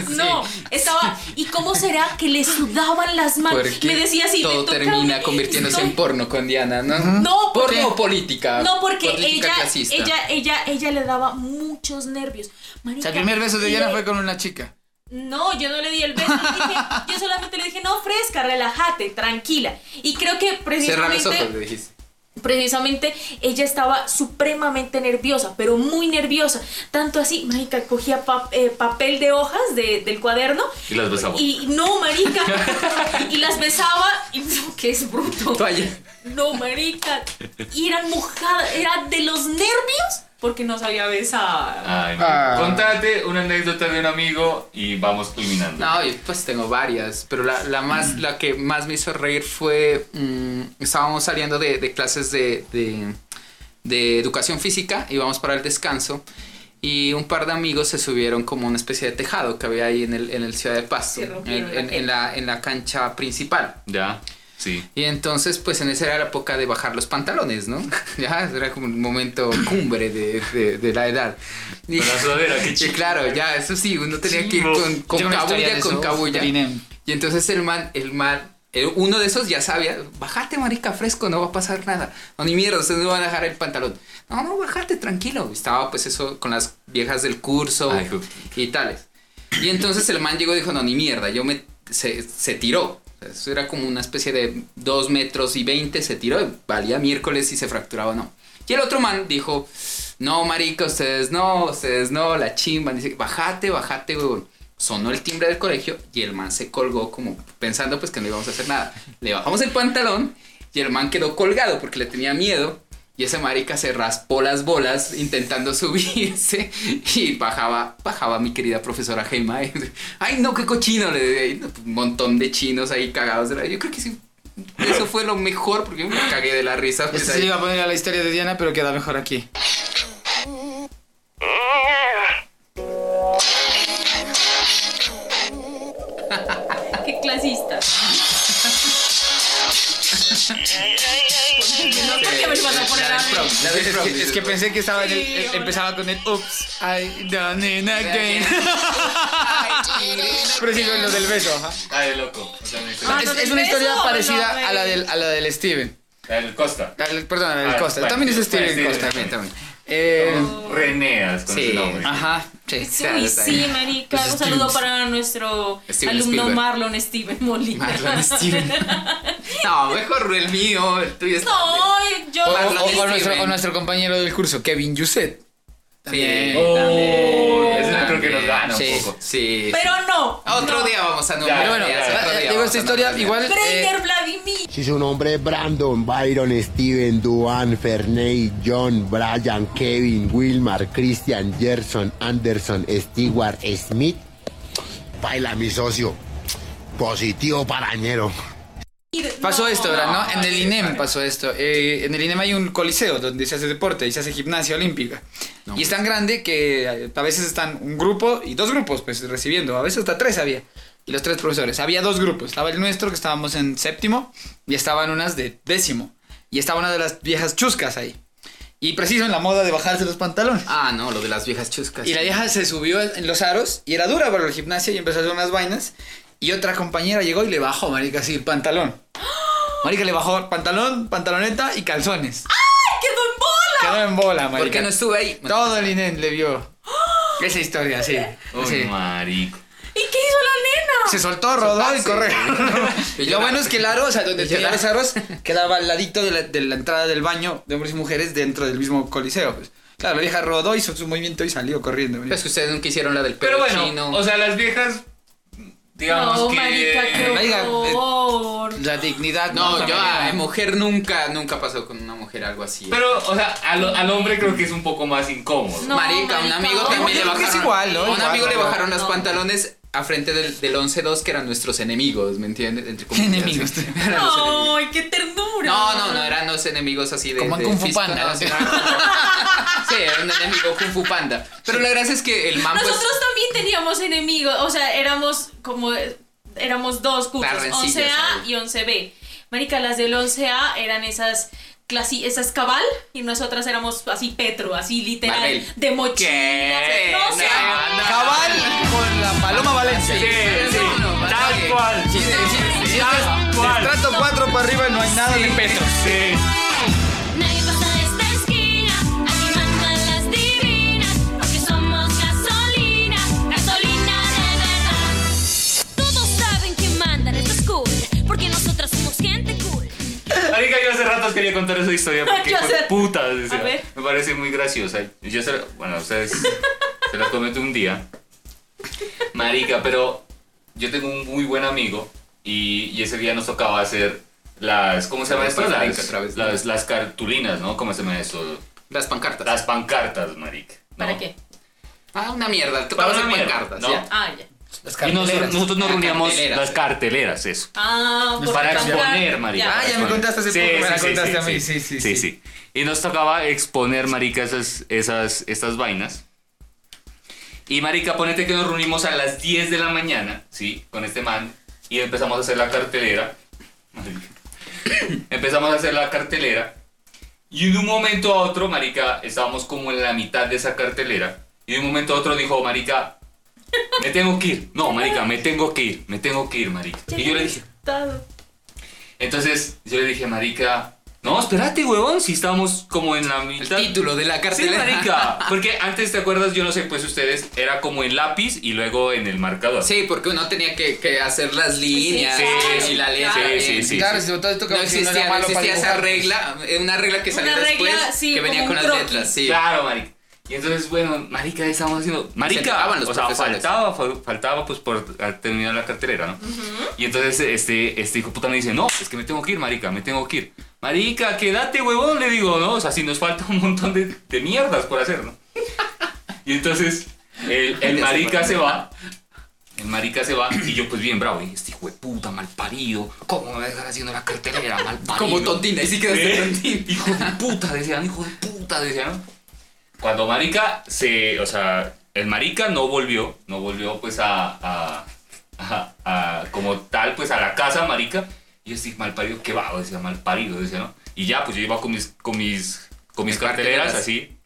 No, estaba. ¿Y cómo será que le sudaban las manos?
Porque
Me decía así.
todo
me tocaba-
termina convirtiéndose en porno con Diana, ¿no?
No, porque-
porno o política.
No, porque
política
ella,
clasista.
ella, ella, ella le daba muchos nervios.
O
Marica,
sea, el primer beso de
le-
Diana fue con una chica.
No, yo no le di el beso. le dije- yo solamente le dije, no, fresca, relájate, tranquila. Y creo que
Cerrar los ojos,
precisamente,
le dijiste.
precisamente ella estaba supremamente nerviosa, pero muy nerviosa. Tanto así, marica, cogía pa- eh, papel de hojas de- del cuaderno
Y las besamos.
y no, marica. y las besaba. Y no, que es bruto. No, marica. Y eran mojadas. Era de los nervios porque no sabía besar.
Ah.
Ay, Contate una anécdota de un amigo y vamos culminando.
No, yo pues tengo varias, pero la, la más, la que más me hizo reír fue, mm, estábamos saliendo de, de clases de, de, de educación física, íbamos para el descanso y un par de amigos se subieron como una especie de tejado que había ahí en el, en el Ciudad de Pasto,
Se
en,
rompieron la
en- en la, en la cancha principal.
Ya, sí.
Y entonces, pues en esa era la época de bajar los pantalones, ¿no? Ya, era como un momento cumbre de, de- de la edad. Y,
Con la sudadera, qué
y
chido.
claro, ya, eso sí, uno tenía que ir
Chimbo.
con, con
Yo me gustaría
cabulla,
de
con
esos,
cabulla.
Trinem.
Y entonces el man, el man, eh, uno de esos ya sabía, bajate marica fresco, no va a pasar nada. No, ni mierda, ustedes no van a dejar el pantalón. No, no, bajate tranquilo. Estaba pues eso con las viejas del curso y tales. Y entonces el man llegó y dijo, no, ni mierda, yo me, se, se tiró. O sea, Eso era como una especie de 2 metros y 20, se tiró, y valía miércoles si se fracturaba o no. Y el otro man dijo, no, marica, ustedes no, ustedes no, la chimba. Dice, bajate, bajate, huevón. Sonó el timbre del colegio y el man se colgó como pensando pues que no íbamos a hacer nada. Le bajamos el pantalón y el man quedó colgado porque le tenía miedo. Y ese marica se raspó las bolas intentando subirse y bajaba, bajaba mi querida profesora Gemma. Y, Ay, no, qué cochino, le di pues, un montón de chinos ahí cagados. de la- Yo creo que sí, eso fue lo mejor porque yo me cagué de la risa. pues,
Este
ahí.
se iba a poner a la historia de Diana, pero queda mejor aquí.
Qué clasista. No, porque me lo vas a poner a mí.
Es que- es, que, pensé que estaba en el- eh, empezaba con el Oops, I done it again. pero sí, lo del beso. ajá.
Ay, Ah, loco. Otra anécdota.
es, es una historia parecida a, la del, a la del Steven.
La del Costa.
La del- perdón, la del
Ah,
Costa.
bueno,
también es
sí,
Steven
sí,
Costa.
sí,
también.
Eh,
Reneas con ese nombre.
Ajá. Sí, claro,
Uy,
está
sí,
bien.
marica. Un saludo para nuestro
Steven
alumno
Spielberg.
Marlon Steven Molina.
Marlon Steven. No, mejor el mío, el tuyo está-
No, yo.
O, o- o nuestro, o nuestro compañero del curso, Kevin Yuset.
También.
Oh,
ese creo que nos gana un
sí,
poco.
Sí.
Pero no.
Otro
no.
día vamos a
Ya,
enumerar.
pero bueno,
ya, sí, otro
eh,
día
digo,
vamos
esta
a
historia igual...
enumerar.
eh,
Peter Vladimir.
Si su nombre es Brandon, Byron, Steven, Duan, Ferney, John, Brian, Kevin, Wilmar, Christian, Gerson, Anderson, Stewart, Smith, baila mi socio. Positivo parañero.
Ir.
Pasó esto, ¿verdad? ¿no? en el INEM pasó esto. Eh, en el INEM hay un coliseo donde se hace deporte y se hace gimnasia olímpica. Y es tan grande que eh, a veces están un grupo y dos grupos, pues recibiendo. A veces hasta tres había. Y los tres profesores. Había dos grupos. Estaba el nuestro, que estábamos en séptimo, y estaban unas de décimo. Y estaba una de las viejas chuscas ahí. Y preciso en la moda de bajarse los pantalones.
Ah, no, lo de las viejas chuscas.
Y la vieja se subió en los aros y era dura para el gimnasio y empezó a hacer unas vainas. Y otra compañera llegó y le bajó, marica, así, el pantalón. Marica le bajó pantalón, pantaloneta y calzones. ¡Ay, quedó en bola! Quedó en bola, marica.
¿Por qué no estuve ahí? pues,
Todo el INEN le vio. Esa historia, sí.
Uy,
Sí.
marico.
¿Y qué hizo la nena?
Se soltó, rodó y corrió. Y lo bueno es que el aro, o sea, donde tenía los aros, quedaba al ladito de la, de la entrada del baño de hombres y mujeres dentro del mismo coliseo. pues. Claro, la vieja rodó, hizo su movimiento y salió corriendo. Es
que ustedes nunca hicieron la del
Pero bueno, o sea, las viejas, digamos
No,
que...
marica, qué
Marica, eh,
horror.
La dignidad.
No,
no,
yo a
ah,
también.
mujer nunca, nunca pasó con una mujer algo así.
Pero, o sea, al, al hombre creo que es un poco más incómodo.
No, marica, un amigo también le
creo que es
bajaron.
igual, ¿no?
a Un
Igual,
amigo le
igual.
bajaron los pantalones a frente del, del 11-2 que eran nuestros enemigos, ¿me entiendes? Entre comillas.
Enemigos.
Eran los enemigos.
¡Ay, qué ternura!
No, no, no, eran los enemigos así de.
Como en
de
Kung Fu
físico,
Panda,
no,
así.
sí, era como- sí, era un enemigo Kung Fu Panda. Pero la gracia es que el man, pues.
Nosotros también teníamos enemigos, o sea, éramos como éramos dos cursos,
Parrencillos
11A
ahí.
y 11B. Marica, las del 11A eran esas clasi esas cabal y nosotras éramos así Petro, así literal
Babel.
de mochila. No sé.
Cabal con la Paloma Valencia.
Ah, Sí, sí,
Tal cual.
Sí, sí, sí, sí,
Tal
sí.
cual.
Del Trato 4 para arriba no hay nada de peso.
Sí.
Nadie pasa de esta esquina, aquí mandan las divinas, porque somos gasolina, gasolina de verdad. Todos saben que mandan esta school, porque nosotras somos gente cool.
Marica, yo hace ratos quería contar esa historia porque
Yo
hijo de
sé.
puta, o sea,
A ver.
me parece muy graciosa. Yo se la- bueno, ustedes se la comento un día. Marica, pero yo tengo un muy buen amigo y, y ese día nos tocaba hacer las, ¿cómo se llama esto?
Repartir
Las,
a través de-
las, las cartulinas, ¿no? ¿Cómo se llama esto?
Las pancartas.
Las pancartas, marica.
¿Para qué?
Ah, una mierda.
Para
Tocaba
una
hacer
mierda,
pancartas,
¿no?
¿ya?
Ah, ya.
Y nos-
carteleras.
nosotros nos
Ah,
reuníamos
carteleras,
las carteleras, eso.
Ah, por
Para
cambiar.
exponer, marica.
Ah, ya me contaste hace
Sí,
poco, me
sí,
la
sí,
contaste
sí,
a mí,
sí,
sí,
sí,
sí,
sí. Y nos tocaba exponer, marica, esas, esas, estas vainas. Y marica, ponete que nos reunimos a las 10 de la mañana, ¿sí? Con este man. Y empezamos a hacer la cartelera. Marica. empezamos a hacer la cartelera. Y de un momento a otro, marica, estábamos como en la mitad de esa cartelera. Y de un momento a otro dijo, marica, me tengo que ir. No, marica, me tengo que ir, me tengo que ir, marica. Y yo le dije,
Todo.
entonces yo le dije, marica, no, espérate, huevón, si estábamos como en la mitad.
título de la cartelera.
Sí, marica, porque antes, ¿te acuerdas? Yo no sé, pues ustedes, era como en lápiz y luego en el marcador.
Sí, porque uno tenía que, que hacer las líneas
Sí,
y la letra.
sí,
bien.
sí, sí.
Claro, si todo esto que
No
si uno era
existía, no
malo para
existía esa
dibujar, pues.
regla, eh, una regla que salió
Una regla,
después
sí,
que venía
como
con
un
las
croquis.
letras, sí.
Claro, marica. Y entonces, bueno, marica, ahí estábamos haciendo... Marica,
enojaban los
o sea,
profesores.
faltaba, fal- faltaba pues por a- terminar la cartelera, ¿no? Y entonces este, este hijo de puta me dice, no, es que me tengo que ir, marica, me tengo que ir. Marica, quédate, huevón, le digo, ¿no? O sea, si nos falta un montón de, de mierdas por hacer, ¿no? Y entonces el, el marica se va. El marica se va y yo pues bien bravo, y este hijo de puta, mal parido, ¿cómo me va a dejar haciendo la cartelera, mal parido?
Como tontina, y sí quedaste tontín.
Hijo de puta, decían, hijo de puta, decían. Cuando marica se, o sea, el marica no volvió, no volvió pues a, a, a- a- como tal pues a la casa marica. Y yo estoy mal parido, qué vago, decía, mal parido, decía, ¿no? Y ya pues yo iba con mis, con mis, con mis carteleras
carteleras.
así,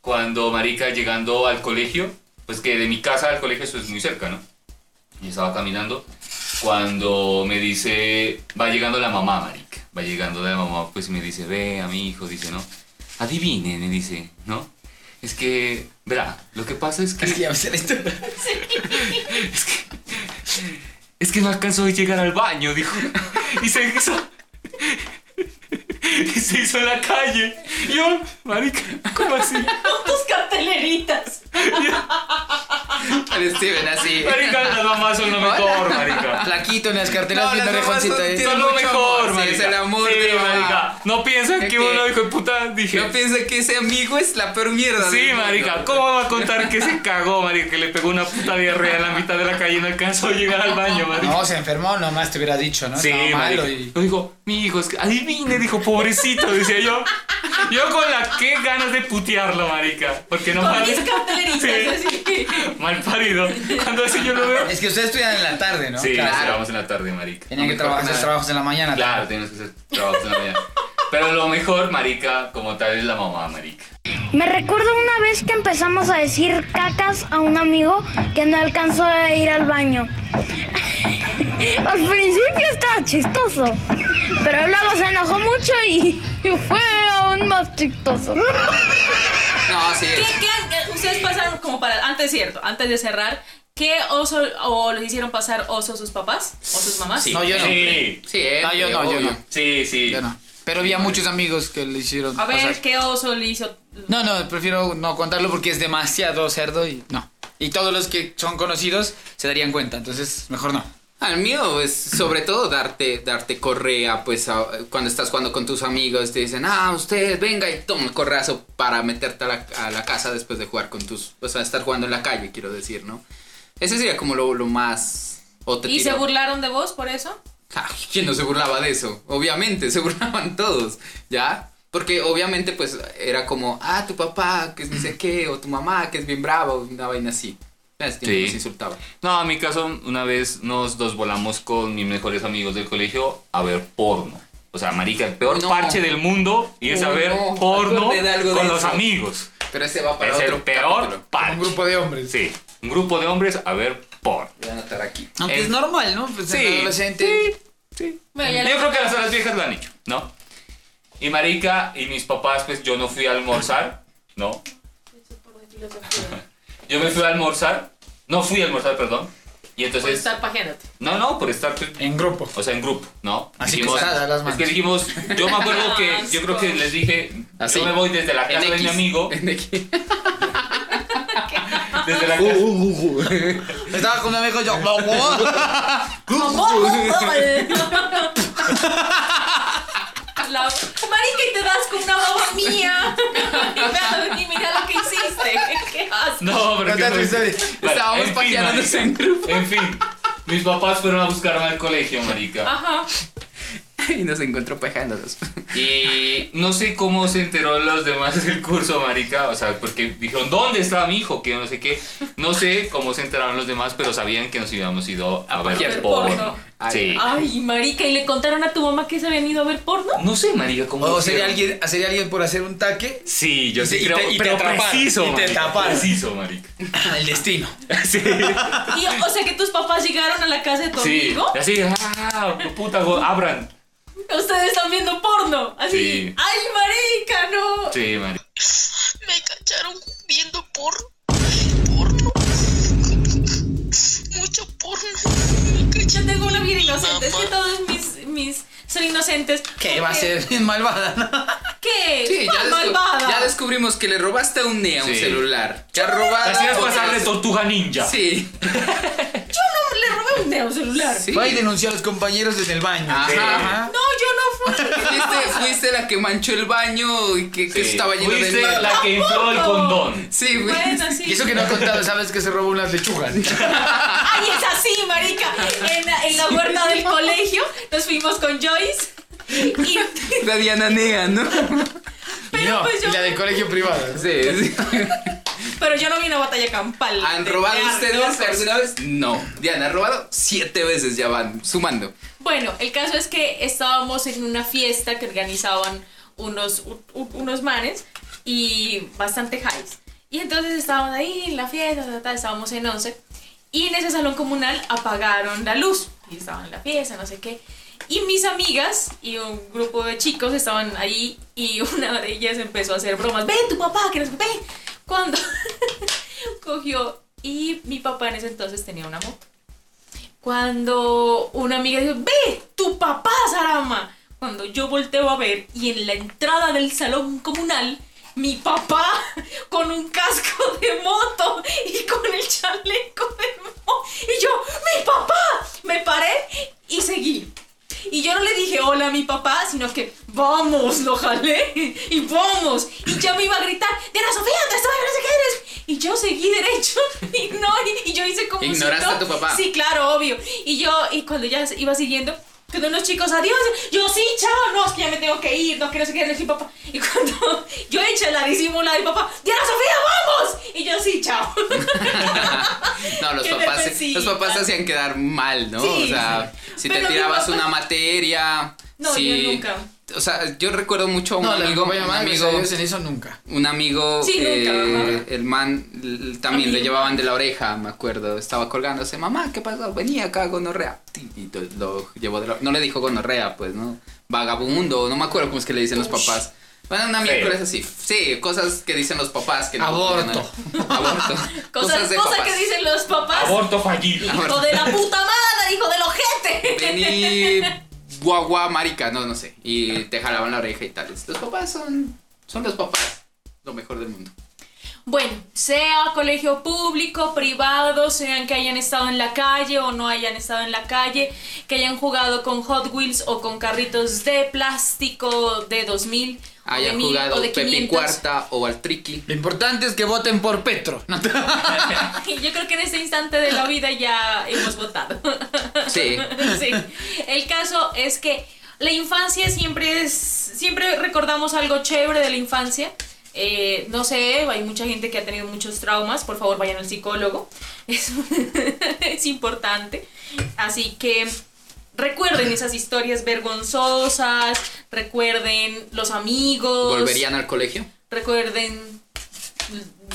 cuando marica llegando al colegio, pues que de mi casa al colegio eso es muy cerca, ¿no? Y estaba caminando cuando me dice, va llegando la mamá, marica, va llegando la mamá, pues y me dice, ve a mi hijo, dice, ¿no? Adivine, me dice, ¿no? Es que, verá, lo que pasa es que... Es que ya esto. es que... Es que no alcanzó a llegar al baño, dijo. Y se hizo... Y se hizo en la calle. Y Yo, marica, ¿cómo así?
Con tus carteleritas.
El Steven este así.
Marica, las mamás son lo mejor, marica.
Flaquito en las cartelas
No,
y una
las mamás
rejoncita.
son-
ahí.
tienen
Son lo
mucho
mejor,
amor, sí,
marica.
es el amor
Sí,
de la mamá.
marica. No piensa
Es
que
que-
uno dijo de puta, dije.
No piensa que ese amigo es la peor mierda.
Sí,
del mundo.
marica, ¿cómo va a contar que se cagó, marica? Que le pegó una puta diarrea en la mitad de la calle y no alcanzó a llegar al baño, marica.
No, se enfermó, nomás te hubiera dicho, ¿no?
Sí,
Estaba malo
marica.
y-
Yo digo, mi hijo, es que adivine, dijo, pobrecito, decía yo. Yo con la qué ganas de putearlo, marica. Porque no
Con
mal,
mis carteleritas, así.
mal parido. Cuando así yo lo veo.
Es que ustedes estudian en la tarde, ¿no?
Sí,
Claro.
trabajamos en la tarde, marica.
Tenían
No
que
me acuerdo
trabajar hacer
nada.
trabajos en la mañana.
Claro, tienes que hacer trabajos en la mañana. Pero lo mejor, marica, como tal, es la mamá, marica.
Me recuerdo una vez que empezamos a decir cacas a un amigo que no alcanzó a ir al baño. al principio estaba chistoso, pero luego se enojó mucho y, y fue aún más chistoso.
No, sí.
¿Qué, qué- ustedes pasaron como para. Antes, cierto, antes de cerrar, ¿qué oso o los hicieron pasar oso sus papás o sus mamás?
No, yo no.
Sí.
no, yo no, yo no.
Sí, sí.
Yo no. Pero había muchos amigos que le hicieron.
A ver,
pasar.
¿qué oso le hizo?
No, no, prefiero no contarlo porque es demasiado cerdo y no. Y todos los que son conocidos se darían cuenta, entonces mejor no.
Al mío es sobre todo darte, darte correa, pues a- cuando estás jugando con tus amigos te dicen, ah, usted venga y toma el correazo para meterte a la, a la casa después de jugar con tus, o sea, estar jugando en la calle, quiero decir, ¿no? Ese sería como lo, lo más... O te
¿Y se
tiro-
burlaron de vos por eso?
Ay, ¿Quién no se burlaba de eso? Obviamente, se burlaban todos, ¿ya? Porque obviamente pues era como, ah, tu papá, que es ni sé qué, o tu mamá, que es bien brava, o una vaina así. Las
Sí.
nos insultaba.
No, en mi caso, una vez nos dos volamos con mis mejores amigos del colegio a ver porno. O sea, marica, el peor
No.
parche del mundo y es
Uy,
a ver
no,
porno
acordé de algo de
con los
eso.
amigos.
Pero ese va para
es
otro
el peor
capítulo.
parche. Un
grupo de hombres.
Sí, un grupo de hombres a ver porno.
Voy a anotar aquí.
Aunque
El-
es normal, ¿no? Pues en
Sí,
adolescente.
Bueno, ya
Yo creo que las horas viejas lo han hecho, ¿no? Y marica y mis papás, pues yo no fui a almorzar, ¿no? Yo me fui a almorzar, no fui a almorzar, perdón. Y
Por
entonces
estar pajeándote.
No, no, por estar pues, en grupo. O sea, en grupo, ¿no?
Así cruzadas las manos.
Es que dijimos, yo me acuerdo que yo creo que les dije, yo me voy desde la
En
casa de mi
X,
amigo. desde la
Uh, uh, uh, uh. Estaba con mi amigo yo.
La... Marica, y te das con una baba mía. Y me- Y mira lo que hiciste. Qué asco.
No, pero
Contate
que-
tu historia. Estábamos
en fin,
paqueándonos
marica.
en grupo.
En fin, mis papás fueron a buscarme al colegio, marica.
Ajá.
Y nos encontró pejándonos.
Y no sé cómo se enteró los demás del curso, marica. O sea, porque dijeron, ¿dónde estaba mi hijo? Que yo no sé qué. No sé cómo se enteraron los demás, pero sabían que nos habíamos ido a, ver
ver
porno.
porno. Ah.
Sí.
Ay, marica, ¿y le contaron a tu mamá que se habían ido a ver porno?
No sé, marica, cómo
O
lo
sería
hicieron.
alguien, sería alguien por hacer un taque.
Sí, yo sí
Y te-
creo.
y te
pero
atraparon,
preciso,
y te
marica,
atraparon.
Preciso, marica.
El destino.
Sí.
Y, o sea que tus papás llegaron a la casa de tu
Ah, Sí.
amigo.
Así, ah, puta, go- abran.
Ustedes están viendo porno. Así.
Sí.
Ay, marica, no.
Sí, marica.
Me cacharon viendo porno. Porno. Mucho porno.
Yo tengo una
Ah,
vida inocente. Es
pues.
que todos mis, mis son inocentes.
Eh,
Que va a
Porque-
ser bien malvada, ¿no?
¿Qué?
Sí, ya,
¿Cuál
descu-
malvada?
ya descubrimos que le robaste a un nea un
Sí.
celular. Que ha robado.
Ah,
Te hacías pasar de tortuga ninja.
Sí.
Yo no le robé un dedo celular.
Va y denuncia a los compañeros desde el baño.
Ajá.
No, yo no fui.
Fuiste, fuiste la que manchó el baño y que, que
Sí.
estaba lleno de
Fuiste
nada.
la que infló el condón.
Sí, güey.
Bueno, sí.
Y eso que no ha contado, sabes que se robó unas lechugas.
Ay, es así, marica. En, la- en la huerta del colegio nos fuimos con Joyce. Y
La Diana Nea, ¿no?
no,
pues yo-
y la del colegio privado.
Sí, sí.
Pero yo no vi una batalla campal.
¿Han
De-
robado
de
ustedes
locos.
alguna vez? No. Diana, ha robado siete veces, ya van sumando.
Bueno, el caso es que estábamos en una fiesta que organizaban unos, u- u- unos manes y bastante highs. Y entonces estábamos ahí en la fiesta, ta, ta, estábamos en 11 y en ese salón comunal apagaron la luz y estaban en la fiesta, no sé qué. Y mis amigas y un grupo de chicos estaban ahí y una de ellas empezó a hacer bromas. Ven tu papá, que no sé qué, ven. Cuando cogió y mi papá en ese entonces tenía una moto. Cuando una amiga dijo, ve, tu papá, Sarama. Cuando yo volteo a ver y en la entrada del salón comunal mi papá con un casco de moto y con el chaleco de moto. Y yo, ¡mi papá! Me paré y seguí. Y yo no le dije hola a mi papá, sino que vamos, lo jalé y vamos. Y ya me iba a gritar, Diana Sofía, ¿dónde estoy? No sé qué eres. Y yo seguí derecho y no, y, y yo hice como. si
¿Ignoraste
no-
a tu papá?
Sí, claro, obvio. Y yo, y cuando ya iba siguiendo, cuando unos chicos, adiós, yo sí, chao, no, es que ya me tengo que ir, no, que no sé qué, no sé qué, papá. Y cuando yo eché la disimulada, y papá, Diana Sofía, vamos. Y yo sí, chao.
No, los
Qué
papás, se-
defensiva.
los papás se hacían quedar mal, ¿no?
Sí,
o sea, si
Pero
te
mi
tirabas
papá-
una materia.
No,
si-
yo nunca.
O sea, yo recuerdo mucho a un
No, la
amigo.
compañía
un
más,
amigo
gracias a Dios, en eso nunca.
Un amigo,
Sí, nunca,
eh,
ajá.
el man l- también lo llevaban de la oreja, me acuerdo. Estaba colgándose, mamá, ¿qué pasó? Venía acá, gonorrea. Y lo, lo llevó de la No le dijo gonorrea, pues, ¿no? Vagabundo, no me acuerdo cómo es que le dicen los papás. Bueno, una miércoles así. Sí, cosas que dicen los papás que no.
Aborto.
Aborto.
Cosas,
Cosas de
cosas
papás.
que dicen los papás.
Ah,
Aborto fallido.
Hijo de la puta madre, hijo del ojete.
Vení, guagua, marica, no, no sé. Y te jalaban la oreja y tales. Los papás son, son los papás, lo mejor del mundo.
Bueno, sea colegio público, privado, sean que hayan estado en la calle o no hayan estado en la calle, que hayan jugado con Hot Wheels o con carritos de plástico de 2000 o de
Hayan
1000
jugado
o de
Pepe
500.
Cuarta o al triqui.
Lo importante es que voten por Petro. No te-
Y Yo creo que en este instante de la vida ya hemos votado.
Sí.
Sí. El caso es que la infancia siempre es. Siempre recordamos algo chévere de la infancia. Eh, no sé, hay mucha gente que ha tenido muchos traumas. Por favor, vayan al psicólogo. Es, es importante. Así que. Recuerden esas historias vergonzosas, recuerden los amigos.
¿Volverían al colegio?
Recuerden,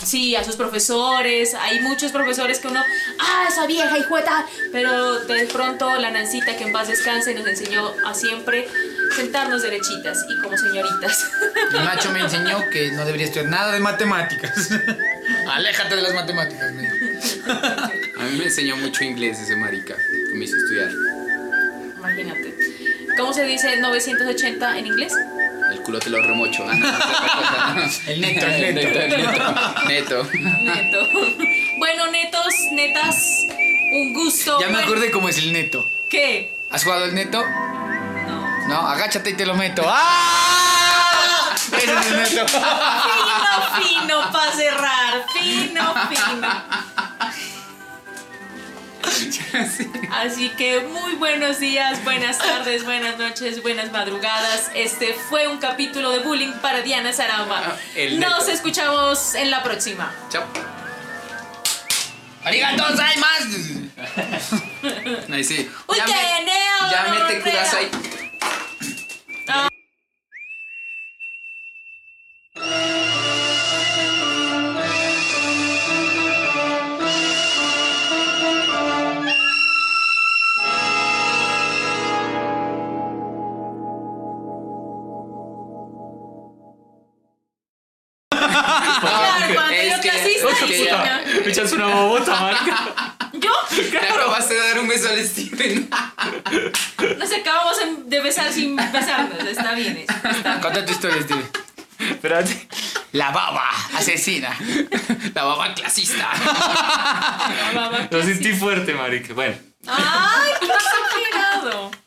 sí, a sus profesores. Hay muchos profesores que uno, ah, esa vieja hijueta. Pero de pronto la Nancita, que en paz descanse, nos enseñó a siempre sentarnos derechitas y como señoritas.
Mi macho me enseñó que no debería estudiar nada de matemáticas. Aléjate de las matemáticas, me dijo.
A mí me enseñó mucho inglés ese marica que me hizo estudiar.
Imagínate. ¿Cómo se dice 980 en inglés?
El culo te lo remocho. Ah, no, es otra cosa.
El neto, el neto.
el neto. Neto.
Neto. Bueno, netos, netas, un gusto.
Ya me
Bueno,
acordé cómo es el neto.
¿Qué?
¿Has jugado el neto? No. No, agáchate y te lo meto. ¡Ah! Ese es el neto.
Fino, fino, para cerrar. Fino, fino. Así que muy buenos días, buenas tardes, buenas noches, buenas madrugadas. Este fue un capítulo de bullying para Diana Sarama.
Ah, el
Nos
neto.
escuchamos en la próxima.
Chao.
¡Arigatos, hay más!
Ahí sí.
¡Uy,
Ya
qué
me-
neo!
ya
no,
mete
no,
Kudasai.
Ah. Claro, cuando
Ah, Es
yo
que-
clasista,
es que
dice,
ya-
"No".
Echas una bobota, marica.
Yo,
Ya probaste dar un beso al Steven.
nos acabamos en- de besar sin besarnos. Está bien eso.
Cuenta tu historia, Steve.
Espérate.
La baba asesina.
La baba clasista.
Lo sentí fuerte, marica. Bueno.
¡Ay, qué exagerado!